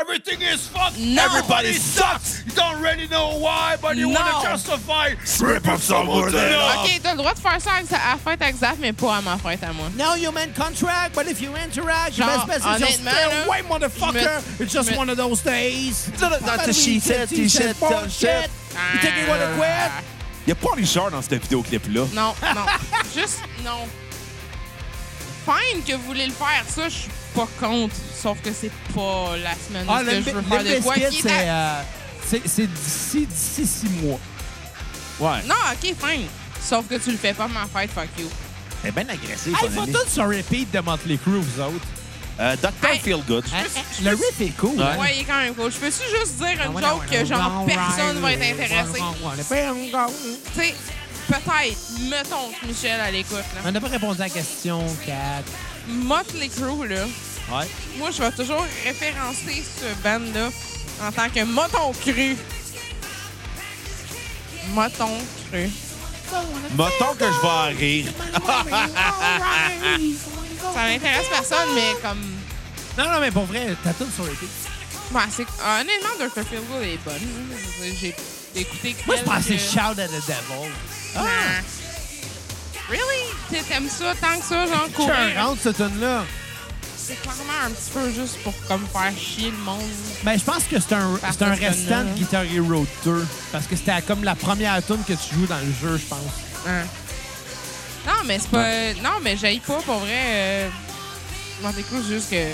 Everything is fucked! Non. Everybody sucks! You don't really know why, but you wanna Non. justify! Rip up someone's head off! OK, t'as le droit de faire ça à sa- à la fête à Xaf, mais pas à ma fête à moi. No human contract, but if you interact, your Genre, best message is honnêtement, stay hein? là, away, motherfucker. je me- It's just je me- one of those days. That's the she said, she said, don't shit. Ah, You think you wanna quit? Y'a pas Richard dans cette vidéoclip-là. Non, non. Juste, non. Fine que vous voulez le faire, ça, je suis pas contre. Sauf que c'est pas la semaine où Ah, est-ce le, que je veux faire de quoi. qui est à- c'est euh, c'est- c'est d'ici d'ici six mois. euh, Ouais. Non, OK, fine. Sauf que tu le fais pas à ma fête, fuck you. Elle est bien agressive, Hey, ton faut ami. tout sur repeat de Motley Crue, vous autres. Euh, Dr. Hey. Feelgood. Hein? Le riff est cool. hein? Ouais, il est quand même cool. Je peux-tu juste dire Ah, une joke que, genre, personne va être intéressé? Tu sais, peut-être, mettons que Michel à l'écoute, là. On n'a pas répondu à la question, Kat. Motley Crue, là, Ouais. moi, je vais toujours référencer ce band-là en tant que Moton Cru. Moton Cru. Mettons que je vais en rire. Ça m'intéresse personne, mais comme. Non, non, mais pour vrai, t'as tout sur repeat. Bah, c'est... Honnêtement, Dr. Feelgood est bonne. hein. Je veux dire, J'ai écouté. Moi, je pensais quelques- Shout at the Devil. Ah. hein. Really? Tu sais, T'aimes ça tant que ça, genre, courir? Courante, ce tune là c'est clairement un petit peu juste pour comme faire chier le monde. Ben, je pense que c'est un, Par c'est un ce restant de tonne-là. Guitar Hero 2. Parce que c'était comme la première tune que tu joues dans le jeu, je pense. Hein. Non, mais c'est pas. Non, mais j'aille pas pour vrai. Euh... Monte Cruz, c'est juste que.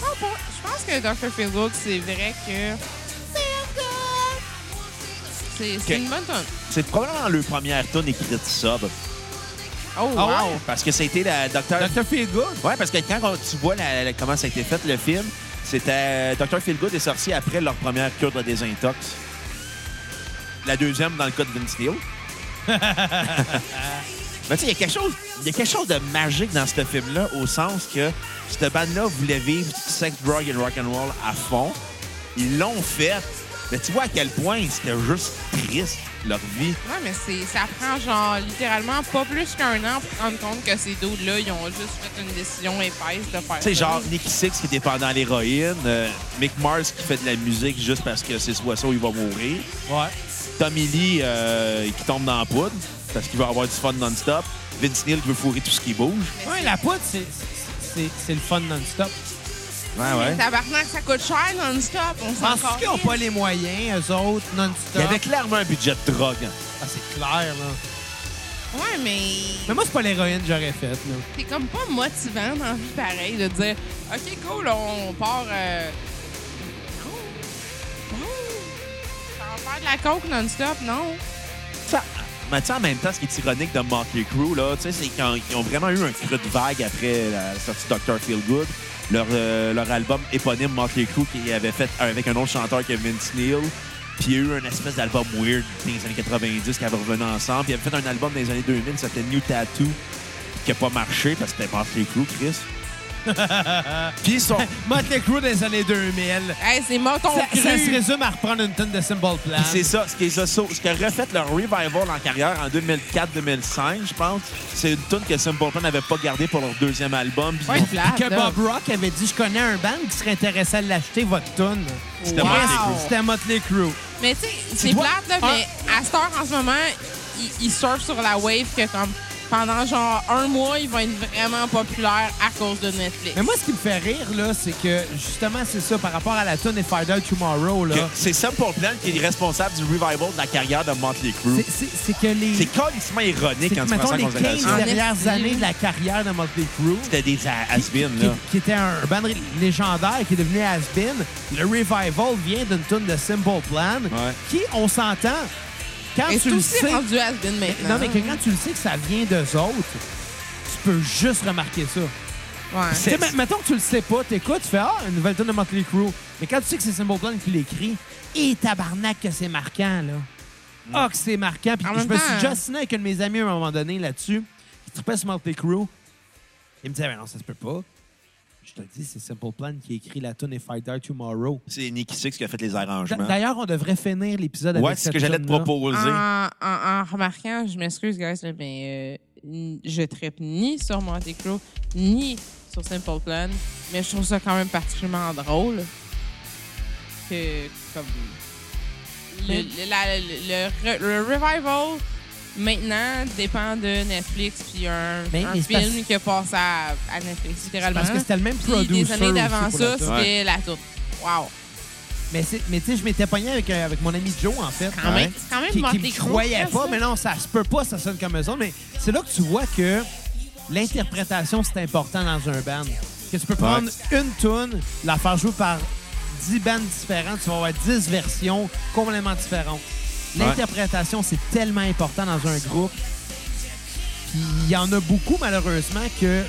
Non, pour- Je pense que Dr. Philgood, c'est vrai que. C'est c'est Ok. une bonne tonne. C'est probablement leur première tune écrite sub. Oh, wow! Ah ouais? Parce que c'était la Docteur... Dr. Feelgood? Ouais, parce que quand on- tu vois la- la- comment ça a été fait, le film, c'était... euh, Docteur Feelgood est sorti après leur première cure de désintox. La deuxième, dans le cas de Vince Neil. Mais tu sais, il y a quelque chose- il y a quelque chose de magique dans ce film-là, au sens que cette bande-là voulait vivre du sex, drug and rock'n'roll à fond. Ils l'ont fait. Mais tu vois à quel point c'était juste triste, leur vie. Ouais, mais c'est, ça prend genre littéralement pas plus qu'un an pour se rendre compte que ces deux-là, ils ont juste fait une décision épaisse de faire. Tu sais, ça. genre Nicky Six qui était pendant l'héroïne, euh, Mick Mars qui fait de la musique juste parce que c'est soit ça ou il va mourir, Ouais. Tommy Lee euh, qui tombe dans la poudre parce qu'il veut avoir du fun non-stop, Vince Neil qui veut fourrer tout ce qui bouge. Ouais, la poudre, c'est- c'est c'est- c'est le fun non-stop. Ouais, Mais Tabarnak, ça coûte cher non-stop. On s'en Penses-tu ah qu'ils calisse. n'ont pas les moyens, eux autres, non-stop? Il y avait clairement un budget de drogue. hein. Ah, c'est clair, là. Ouais, mais Mais moi, c'est pas l'héroïne que j'aurais faite, là. c'est comme pas motivant dans la vie pareil de dire OK, cool, on part. Euh... cool. Cool. Ça va faire de la coke non-stop, non? Ça- Mais tu sais, en même temps, ce qui est ironique de Motley Crue, là, tu sais, c'est quand ils ont vraiment eu un creux de vague après la sortie de Dr. Feelgood. Leur, euh, leur album éponyme Motley Crue qu'ils avaient fait avec un autre chanteur que Vince Neil. Puis il y a eu un espèce d'album weird dans les années 90 qui avait revenu ensemble. Puis ils avaient fait un album dans les années 2000 qui s'appelait New Tattoo qui n'a pas marché parce que c'était Motley Crue, Chris. Puis ils sont... Motley Crue dans les années 2000. Hey, c'est mouton Ça, cru. ça se résume à reprendre une tonne de Simple Plan. Puis C'est ça, ce qui les a sau- ce qui a refait leur revival en carrière en 2004-2005, je pense. C'est une tune que Simple Plan n'avait pas gardée pour leur deuxième album. Puis Ouais, ils ont- plate, que là. Bob Rock avait dit « Je connais un band qui serait intéressé à l'acheter, votre tune. C'était Wow. Motley Crue. C'était Motley Crue. Mais tu sais, c'est dois- plate, là, Ah. mais à cette heure, en ce moment, ils, ils surfent sur la wave que, comme, pendant genre un mois, ils vont être vraiment populaires à cause de Netflix. Mais moi, ce qui me fait rire, là, c'est que, justement, c'est ça, par rapport à la tune et Fighter Tomorrow, là, Que- C'est Simple Plan qui est responsable du revival de la carrière de Motley c'est- Crue. c'est c'est que les... C'est carrément c'est ironique que, quand tu prends mettons, ça en les 15 considération. En dernières estime. années de la carrière de Motley Crue, C'était des has qui, là. qui était un band ré- légendaire qui est devenu has-been. Le revival vient d'une tune de Simple Plan Ouais. qui, on s'entend, quand Et tu c'est le aussi sais... rendu hein. has been maintenant. Non, mais que quand tu le sais que ça vient d'eux autres, tu peux juste remarquer ça. Ouais. Tu sais, ma- mettons que tu le sais pas, t'écoutes, tu fais « Ah, une nouvelle tune de Motley Crue ». Mais quand tu sais que c'est Simple Plan qui l'écrit, et tabarnak que c'est marquant, là. Ah, que c'est marquant. Puis En je même me temps, suis hein. déjà signé avec un de mes amis à un moment donné là-dessus, qui trippait sur Motley Crue. Il me disait « Ben non, ça se peut pas. » Je te le dis, c'est Simple Plan qui a écrit la tune et Fight Die Tomorrow. C'est Nicky Six qui a fait les D'a- arrangements. D'ailleurs, on devrait finir l'épisode Ouais, avec c'est ce cette que j'allais te tune-là. Ah, proposer. En, en- en remarquant, je m'excuse, guys, là, mais euh, n- je tripe ni sur Monte Crue, ni sur Simple Plan, mais je trouve ça quand même particulièrement drôle. Que, comme. Le, le- la- le- le- le revival, maintenant, dépend de Netflix, puis un, Mais- un mais c'est parce- film qui passe à, à Netflix, littéralement. Parce que c'était le même Puis producer des années aussi d'avant pour la Euh, ça, tune. tune. c'était la toute. Wow! Mais c'est- mais tu sais, je m'étais pogné avec, euh, avec mon ami Joe, en fait. Quand même, c'est quand même qui, qui Motley me Crue, croyait ça, pas, ça. mais non, ça se peut pas, ça sonne comme eux autres. Mais c'est là que tu vois que l'interprétation, c'est important dans un band. Que tu peux prendre une tune, la faire jouer par 10 bandes différentes, tu vas avoir 10 versions complètement différentes. Ouais. L'interprétation, c'est tellement important dans un groupe. Puis il y en a beaucoup, malheureusement, que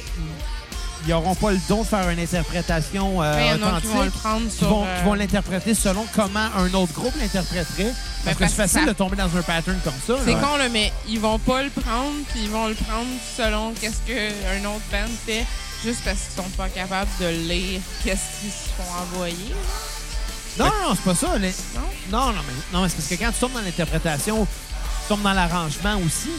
ils n'auront pas le don de faire une interprétation euh, Ouais, il y en a qui authentique Ben, vont le prendre qui sur. vont, euh, qui vont l'interpréter selon comment un autre groupe l'interpréterait. Parce que Ben, parce c'est que facile ça- de tomber dans un pattern comme ça. C'est là. con, là, mais ils vont pas le prendre, puis ils vont le prendre selon qu'est-ce qu'un autre band fait, juste parce qu'ils sont pas capables de lire qu'est-ce qu'ils se font envoyer, Non, non, non, c'est pas ça. les- non? Non, non, mais, non, mais c'est parce que quand tu tombes dans l'interprétation, tu tombes dans l'arrangement aussi.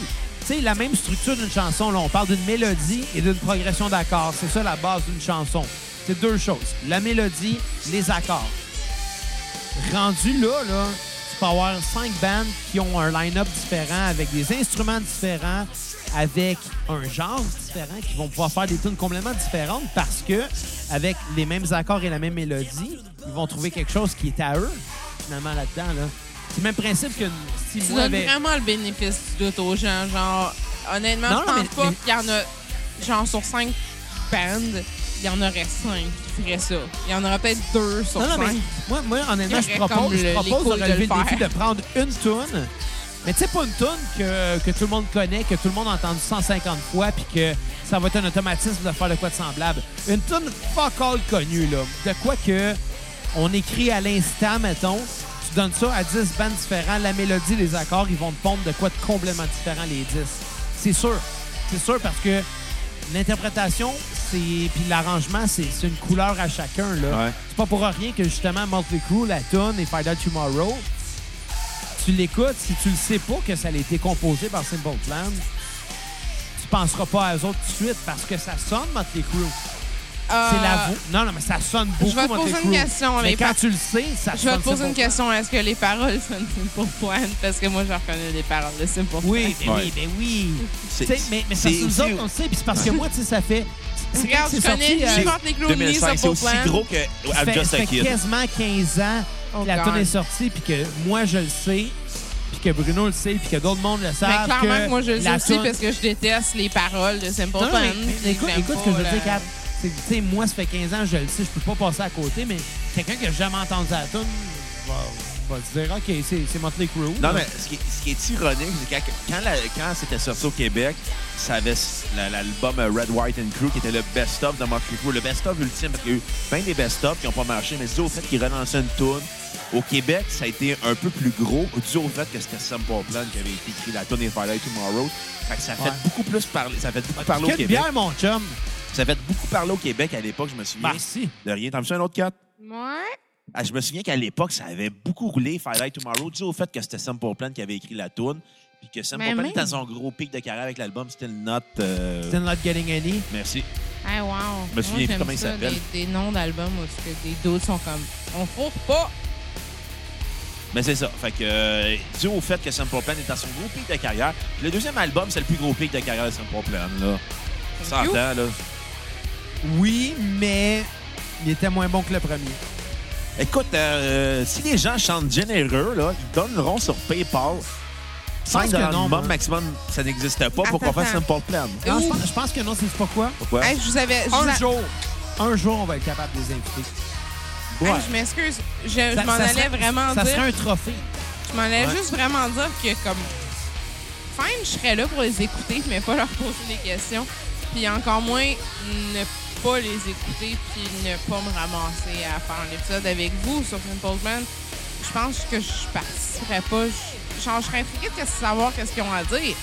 Tu sais, la même structure d'une chanson, là, on parle d'une mélodie et d'une progression d'accords. C'est ça la base d'une chanson. C'est deux choses. La mélodie, les accords. Rendu là, là, tu peux avoir cinq bands qui ont un line-up différent, avec des instruments différents, avec un genre différent, qui vont pouvoir faire des tunes complètement différentes parce que, avec les mêmes accords et la même mélodie, ils vont trouver quelque chose qui est à eux, finalement, là-dedans. Là. C'est le même principe que si Tu moi, donnes avec... vraiment le bénéfice du doute aux gens. Genre, honnêtement, Non, je non, pense mais- pas mais- qu'il y en a, genre, sur cinq bandes, il y en aurait cinq qui feraient ça. Il y en aurait peut-être deux sur Non, non, cinq. mais moi, moi honnêtement, je Il y aurait propose, comme je le- propose les de couilles de relever le le défi de faire. prendre une toune. Mais tu sais, pas une toune que, que tout le monde connaît, que tout le monde a entendu 150 fois, puis que ça va être un automatisme de faire de quoi de semblable. Une toune fuck all connue, là. De quoi que on écrit à l'instant, mettons, tu donnes ça à 10 bandes différents, la mélodie, les accords, ils vont te pondre de quoi de complètement différent, les 10. C'est sûr. C'est sûr parce que l'interprétation, c'est puis l'arrangement, c'est c'est une couleur à chacun, là. Ouais. C'est pas pour rien que, justement, Motley Crue, la tune et Find Out Tomorrow, tu l'écoutes, si tu le sais pas que ça a été composé par Simple Plan, tu penseras pas à eux autres tout de suite parce que ça sonne Motley Crue. Euh, C'est la voix. Non, non, mais ça sonne beaucoup je vais te Motley poser une Crue. question, Mais les quand pa- tu le sais, ça Je vais sonne te poser Simple une Plan. question. Est-ce que les paroles sonnent pour Plan? Parce que moi, je reconnais les paroles de Simple Plan. Oui, ben Ouais. oui, ben oui. C'est- Tu sais, mais mais ça, c'est c'est nous aussi- autres, on le sait. Puis c'est parce que moi, tu sais, ça fait... c'est- Regarde, c'est je sorti, connais euh, ni Motley Crue, ni 2005, c'est Simple aussi Plan. gros que Ça I'm fait, Just ça a fait Kid. quasiment 15 ans Oh que la God. tonne est sortie, puis que moi, je le sais, puis que Bruno le sait, puis que d'autres mondes le Mais savent. clairement, que moi, je le sais la aussi toune- parce que je déteste les paroles de Simple Non, non, Plan. mais- mais puis écoute, j'aime écoute pas ce que je veux la- dire, Cap. C'est que, Tu sais, moi, ça fait 15 ans, je le sais, je peux pas passer à côté, mais quelqu'un qui a jamais entendu la tune va, va se dire, OK, c'est c'est Motley Crue. Non, là. mais ce qui, est- ce qui est ironique, c'est que quand, quand la- quand c'était sorti au Québec, ça avait s- la- l'album euh, Red, White and Crew qui était le best-of de Motley Crue, le best-of ultime, parce qu'il y a eu bien des best-of qui n'ont pas marché, mais dû au fait qu'ils relançaient une toune, au Québec, ça a été un peu plus gros, dû au fait que c'était Simple Plan qui avait été écrit la toune et Twilight Tomorrow. Fait que ça a fait Ouais. Ah, beaucoup plus parler, ça a fait beaucoup parler Que au de Québec. bière, mon chum. Ça a fait beaucoup parler au Québec à l'époque, je me souviens. Merci. De rien. T'en veux un autre 4? Ouais. Ah, je me souviens qu'à l'époque, ça avait beaucoup roulé, Firelight Tomorrow, dû au fait que c'était Simple Plan qui avait écrit la toune, puis que Ben Simple Mais Plan même. était à son gros pic de carrière avec l'album Still Not. euh, Still not getting any. Merci. Hey, wow. me souviens plus j'aime comment il ça, s'appelle. Des, des noms d'albums où ce que des d'autres sont comme. On fourre pas! Mais c'est ça. Fait que, euh, dû au fait que Simple Plan est à son gros pic de carrière, puis le deuxième album, c'est le plus gros pic de carrière de Simple Plan, là. Ça you. entend, là. Oui, mais il était moins bon que le premier. Écoute, euh, si les gens chantent généreux, là, ils donneront sur PayPal. 5 pense que non, minimum, moi. maximum, ça n'existe pas pour qu'on Attends, fasse attends. Simple Plan. Non, je, Ouh. pense, je pense que non, c'est pourquoi. Pourquoi? Hey, je vous avais. je vous Un a- jour, un jour, on va être capable de les inviter. Hey, je m'excuse. Je, je Ça- m'en ça allais serait- vraiment Ça dire. serait un trophée. Je m'en allais Ouais. juste vraiment dire que, comme. Fine, je serais là pour les écouter, mais pas leur poser des questions. Puis encore moins, ne pas les écouter, puis ne pas me ramasser à faire un épisode avec vous sur Simple Plan. Je pense que je participerais pas. Je, genre, je serais intriguée de savoir qu'est-ce qu'ils ont à dire.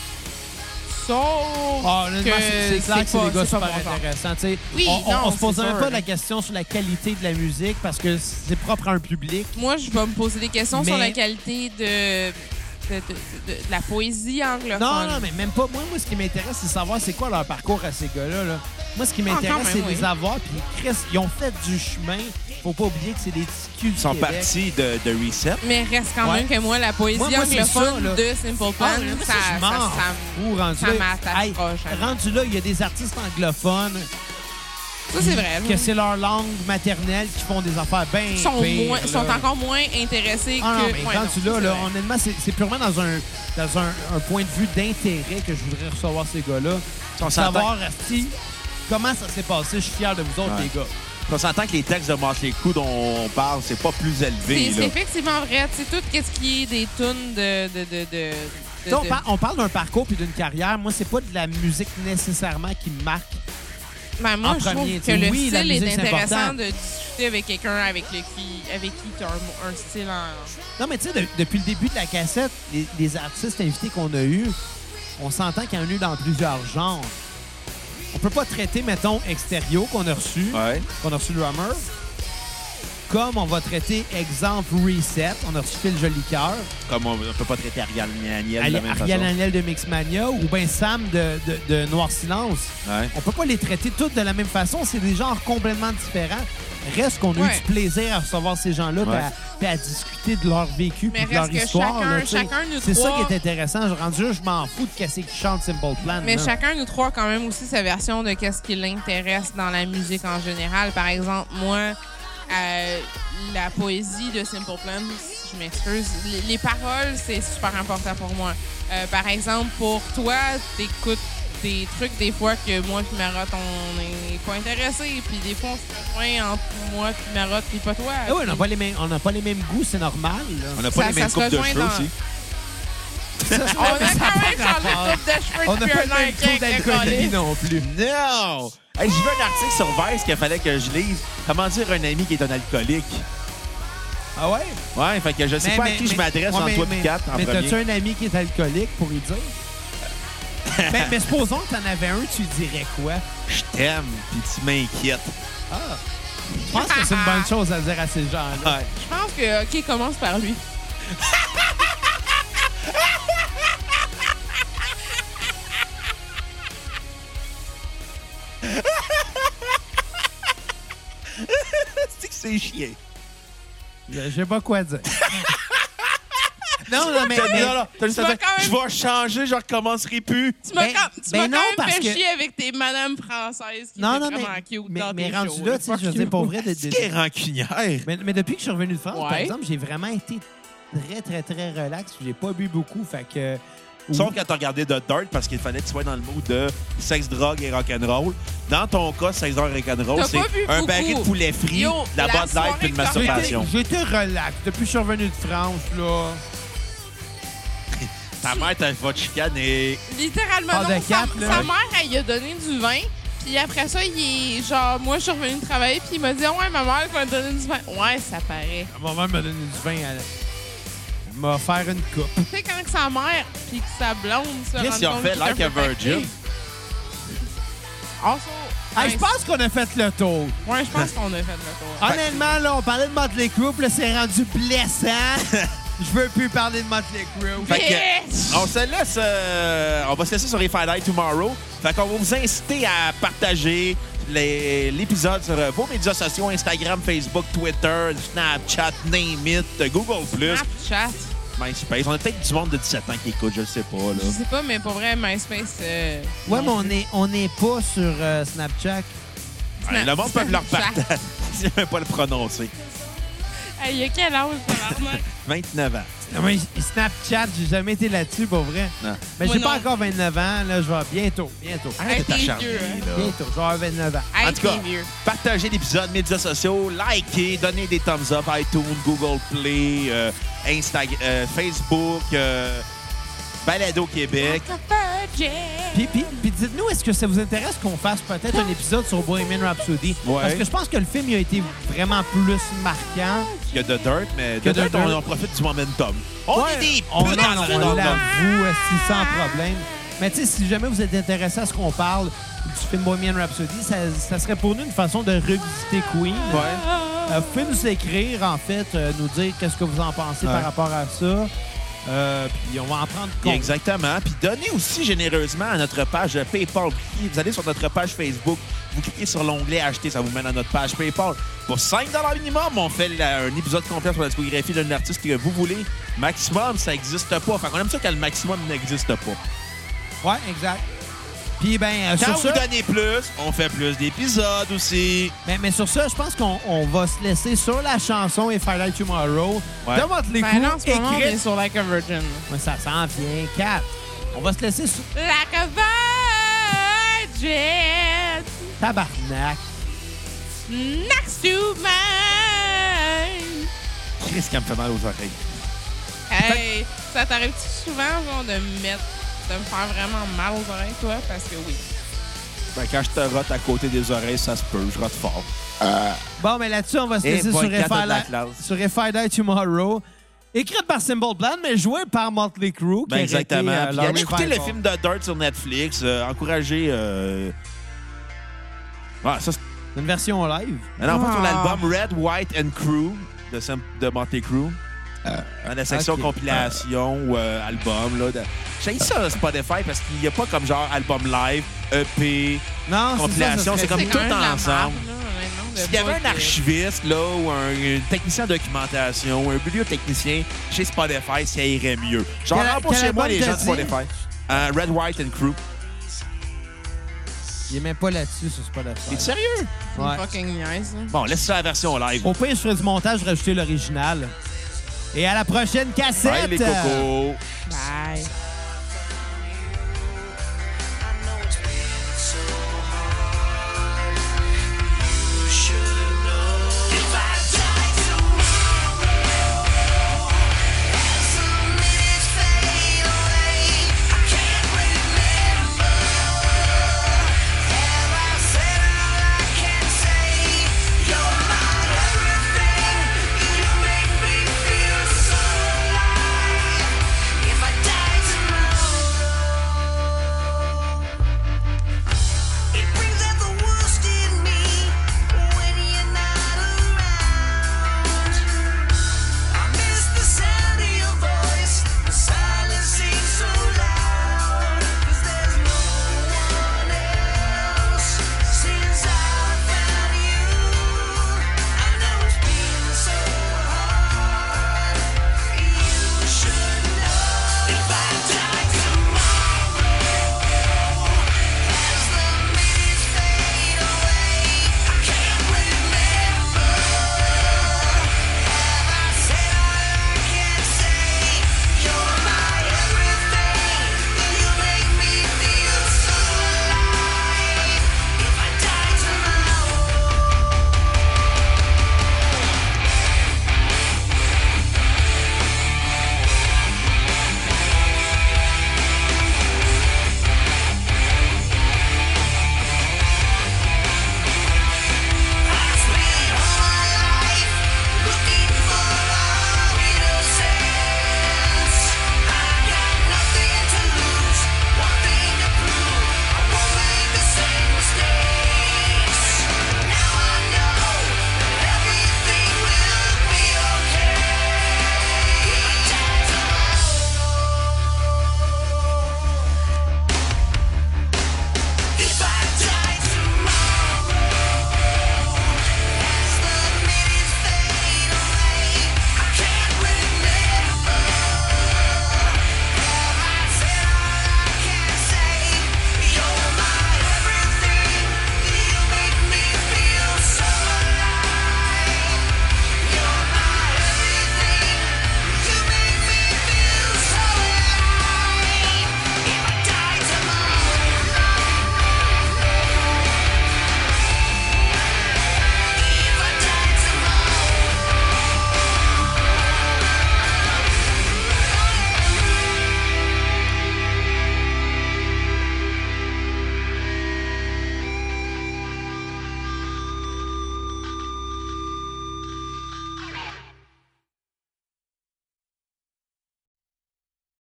Sauf. Ah, honnêtement, que c'est c'est clair que c'est pas- des gars c'est pas super mon genre. intéressants. tu sais. Oui, on, on- non, on se posait c'est même sûr. pas la question sur la qualité de la musique parce que c'est propre à un public. Moi, je vais me poser des questions sur Mais- la qualité de, de, de- de- de la poésie anglophone. Non, non, mais même pas. Moi, moi ce qui m'intéresse, c'est de savoir c'est quoi leur parcours à ces gars-là. là. Moi, ce qui Ah, m'intéresse, quand même, c'est de oui. les avoir. Puis, Chris, ils ont fait du chemin. Faut pas oublier que c'est des petits culs du Ils sont Québec. partis de, de Reset. Mais reste quand même Ouais. que moi, la poésie Moi, moi, c'est ça, anglophone là. de Simple Plan, Ah, mais moi, ça, ça, je ça- m'en ça- fous, rendu ça là. m'attache Hey, proche, hein. rendu là, il y a des artistes anglophones ça, c'est vrai. que c'est leur langue maternelle qui font des affaires bien Ils sont, pires, moins- là. sont encore moins intéressés Ah non, que... mais Ouais, rendu non, là, c'est là, vrai. honnêtement, c'est c'est purement dans un dans un, un point de vue d'intérêt que je voudrais recevoir ces gars-là. On s'entend- Savoir si, comment ça s'est passé. Je suis fier de vous autres, Ouais. les gars. On s'entend que les textes de Motley Crue dont on parle, c'est pas plus élevé. C'est c'est Là. effectivement vrai. C'est tout quest ce qui est des tunes de... de, de, de, de- Tu sais, on, de- par- on parle d'un parcours puis d'une carrière. Moi, c'est pas de la musique nécessairement qui me marque. Ben, moi, en je trouve premier, tu que sais, le oui, la style est musique, c'est important. intéressant de discuter avec quelqu'un avec, le qui, avec qui tu as un, un style en... Non, mais tu sais, de- depuis le début de la cassette, les, les artistes invités qu'on a eus, on s'entend qu'il y en a eu dans plusieurs genres. On peut pas traiter, mettons, extérieur qu'on a reçu. Ouais. qu'on a reçu le Hammer. Comme on va traiter, exemple, Reset, on a reçu Phil Jolicoeur, Comme on, on peut pas traiter Ariane Agnès de la Ali- même Ariel façon. Anel de Mixmania ou ben Sam de, de- de Noir Silence. Ouais. On peut pas les traiter toutes de la même façon, c'est des genres complètement différents. Reste qu'on a eu Ouais. du plaisir à recevoir ces gens-là puis Ouais. à- puis à, discuter de leur vécu puis Mais de leur reste que histoire. chacun- là, tu sais. chacun, nous C'est ça trois- qui est intéressant. Je rendu là, je m'en fous de casser qui chante Simple Plan. Mais là. chacun nous trois a quand même aussi sa version de qu'est-ce qui l'intéresse dans la musique en général. Par exemple, moi, euh, la poésie de Simple Plan, je m'excuse, les, les paroles, c'est super important pour moi. Euh, par exemple, pour toi, t'écoutes des trucs des fois que moi puis Marotte, on n'est pas intéressés. Puis des fois, on se rejoint entre moi puis Marotte puis pas toi. Eh oui, on n'a pas, les mêmes- on n'a pas les mêmes goûts, c'est normal. là. On n'a pas Ça- les ça mêmes se coupes de rejoint cheveux dans- aussi. On a quand même changé rapport. de coupe de cheveux On n'a depuis pas un le an et même taux quelques, d'alcoolie Colin. non plus. Non! Hey, J'ai vu un article sur Vice qu'il fallait que je lise. Comment dire un ami qui est un alcoolique? Ah ouais? Ouais, fait que je sais pas à qui je m'adresse ouais, entre mais- toi et mais- quatre en Mais t'as-tu premier. un ami qui est alcoolique pour lui dire? ben, mais supposons que t'en avais un, tu lui dirais quoi? Je t'aime, puis tu m'inquiètes. Ah! Je pense que c'est une bonne chose à dire à ces gens-là. Ouais. Je pense que, OK, commence par lui. C'est que c'est chiant. Je sais pas quoi dire. non, non, mais... T'as- mais- non, non, t'as juste à Tu vas dire, quand même- je vais changer, je recommencerai plus. Tu m'as Ben- quand, tu ben m'as non, quand parce même fait que- chier avec tes madames françaises qui Non, étaient non, mais... vraiment cute Mais, dans mais tes rendu shows, là, tu sais, je veux dire, pour vrai... de- de- C'est qui est rancunière? mais, mais depuis que je suis revenu de France, par Ouais. exemple, j'ai vraiment été très, très, très relax. J'ai pas bu beaucoup, fait que... Sauf quand t'as regardé The Dirt parce qu'il fallait que tu sois dans le mood de sexe, drogue et rock'n'roll. Dans ton cas, sexe, drogue et rock'n'roll, T'as c'est pas bu un beaucoup. baril de poulet frit, Yo, de la la Bud Light soirée puis une que t'as J'étais- masturbation. J'étais relax. Depuis que je suis revenu de France, là... Ta mère, t'as va te chicaner. Littéralement, Pas non, de sa, cap, là. sa mère, elle lui a donné du vin. Puis après ça, il est genre, moi, je suis revenue de travailler, puis il m'a dit, Ah ouais, ma mère, elle m'a donné du vin. Ouais, ça paraît. Ma mère m'a donné du vin. Elle, elle m'a offert une coupe. Tu sais, quand que sa mère, puis que sa blonde, se Qu'est-ce rendent qu'ils ont compte fait, qu'il est un like peu a virgin? paquet. Also, Hey, je pense qu'on a fait le tour. Ouais, je pense qu'on a fait le tour. Ah. Honnêtement, là, on parlait de Motley Crue, puis là, c'est rendu blessant. Je veux plus parler de Motley Crue. Fait que- Bitch! On se laisse. euh, on va se laisser sur les Highlights Tomorrow. Fait qu'on va vous inciter à partager les- l'épisode sur euh, vos médias sociaux Instagram, Facebook, Twitter, Snapchat, Name It, euh, Google, Ah, Snapchat. MySpace. On a peut-être du monde de 17 ans qui écoute, je le sais pas. Je là. sais pas, mais pour vrai, MySpace. euh, Ouais, mais non on plus. est, on est pas sur euh, Snapchat. Ouais, le monde peut leur Snapchat. partager. Je vais pas le prononcer. Hey, il y a quel âge, tabarnak? 29 ans. Non, Ah, mais Snapchat, j'ai jamais été là-dessus, pour vrai. Non. Mais Moi j'ai pas non. encore 29 ans. Là, je vais bientôt, bientôt. Arrête de t'es t'acharner, vieux, hein. là. Bientôt, je vais avoir 29 ans. Hey, En tout cas, t'es vieux. partagez l'épisode, médias sociaux, likez, donnez des thumbs up, iTunes, Google Play, euh, Instagram, euh, Facebook, euh, Balado Québec. Puis, puis- puis dites-nous, est-ce que ça vous intéresse qu'on fasse peut-être un épisode sur Bohemian Rhapsody? Ouais. Parce que je pense que le film il a été vraiment plus marquant. Il y a de Dirt, mais de Que de Dirt, on Dirt. en profite du momentum. On est des On, putains en- de on random. l'avoue aussi sans problème. Mais tu sais, si jamais vous êtes intéressé à ce qu'on parle du film Bohemian Rhapsody, ça, ça serait pour nous une façon de revisiter Queen. Ouais. Euh, vous pouvez nous écrire, en fait, euh, nous dire qu'est-ce que vous en pensez Ouais. par rapport à ça. Euh, puis on va en prendre compte. Exactement. Puis donnez aussi généreusement à notre page PayPal. Vous allez sur notre page Facebook, vous cliquez sur l'onglet Acheter, ça vous mène à notre page PayPal. Pour 5 minimum, on fait la- un épisode complet sur la discographie d'un artiste que vous voulez. Maximum, ça n'existe pas. Fait qu'on aime ça quand le maximum n'existe pas. Ouais, exact. Puis ben, euh, Quand sur vous ça- donnez plus, on fait plus d'épisodes aussi. Mais, mais sur ça, je pense qu'on on va se laisser sur la chanson et Fire Like Tomorrow. Ouais. De votre les Ben là, en ce écrite. moment, on est sur Like a Virgin. Mais ça s'en vient. 4. On va se laisser sur Like a Virgin! Tabarnak. Next to mine! Chris, qui me fait mal aux oreilles. Hey, ça t'arrive-tu souvent, genre, de me mettre. de me faire vraiment mal aux oreilles, toi? Parce que oui. Ben, quand je te rote à côté des oreilles, ça se peut. Je rote fort. Bon, mais là-dessus, on va se Eh laisser boy, sur quatre Fire de la Like- classe. sur If I Die Tomorrow. Écrite par Simple Plan, mais jouée par Motley Crue. Ben, qui a été, exactement. euh, Puis leur allez écouter le revival. film de Dirt sur Netflix. euh, encouragez. euh, Ah, ça, c'est- Une version live. Mais non, pas sur Ah. l'album Red, White and Crew de, Sam- de Monte Crew. Dans la section Ah. ok. compilation ou euh, album. Là, de... J'ai ça, Spotify, parce qu'il n'y a pas comme genre album live, E EP. Non, c'est ça, ça Compilation, serait- c'est comme quand tout même de la ensemble. merde, là, honnêtement. de S'il y avait un pas que- archiviste là, ou un, un technicien en documentation ou un bibliothécanicien chez Spotify, ça irait mieux. Genre, Quel- rembourse quel chez moi album les gens de t'as dit? Spotify. Euh, Red, White and Crew. Il est même pas là-dessus sur Spotify. T'es sérieux? Ouais. Fucking nice. hein. Bon, laisse ça la version live. Au pire, je ferai du montage, rajouter l'original. Et à la prochaine cassette! Bye les cocos! Bye.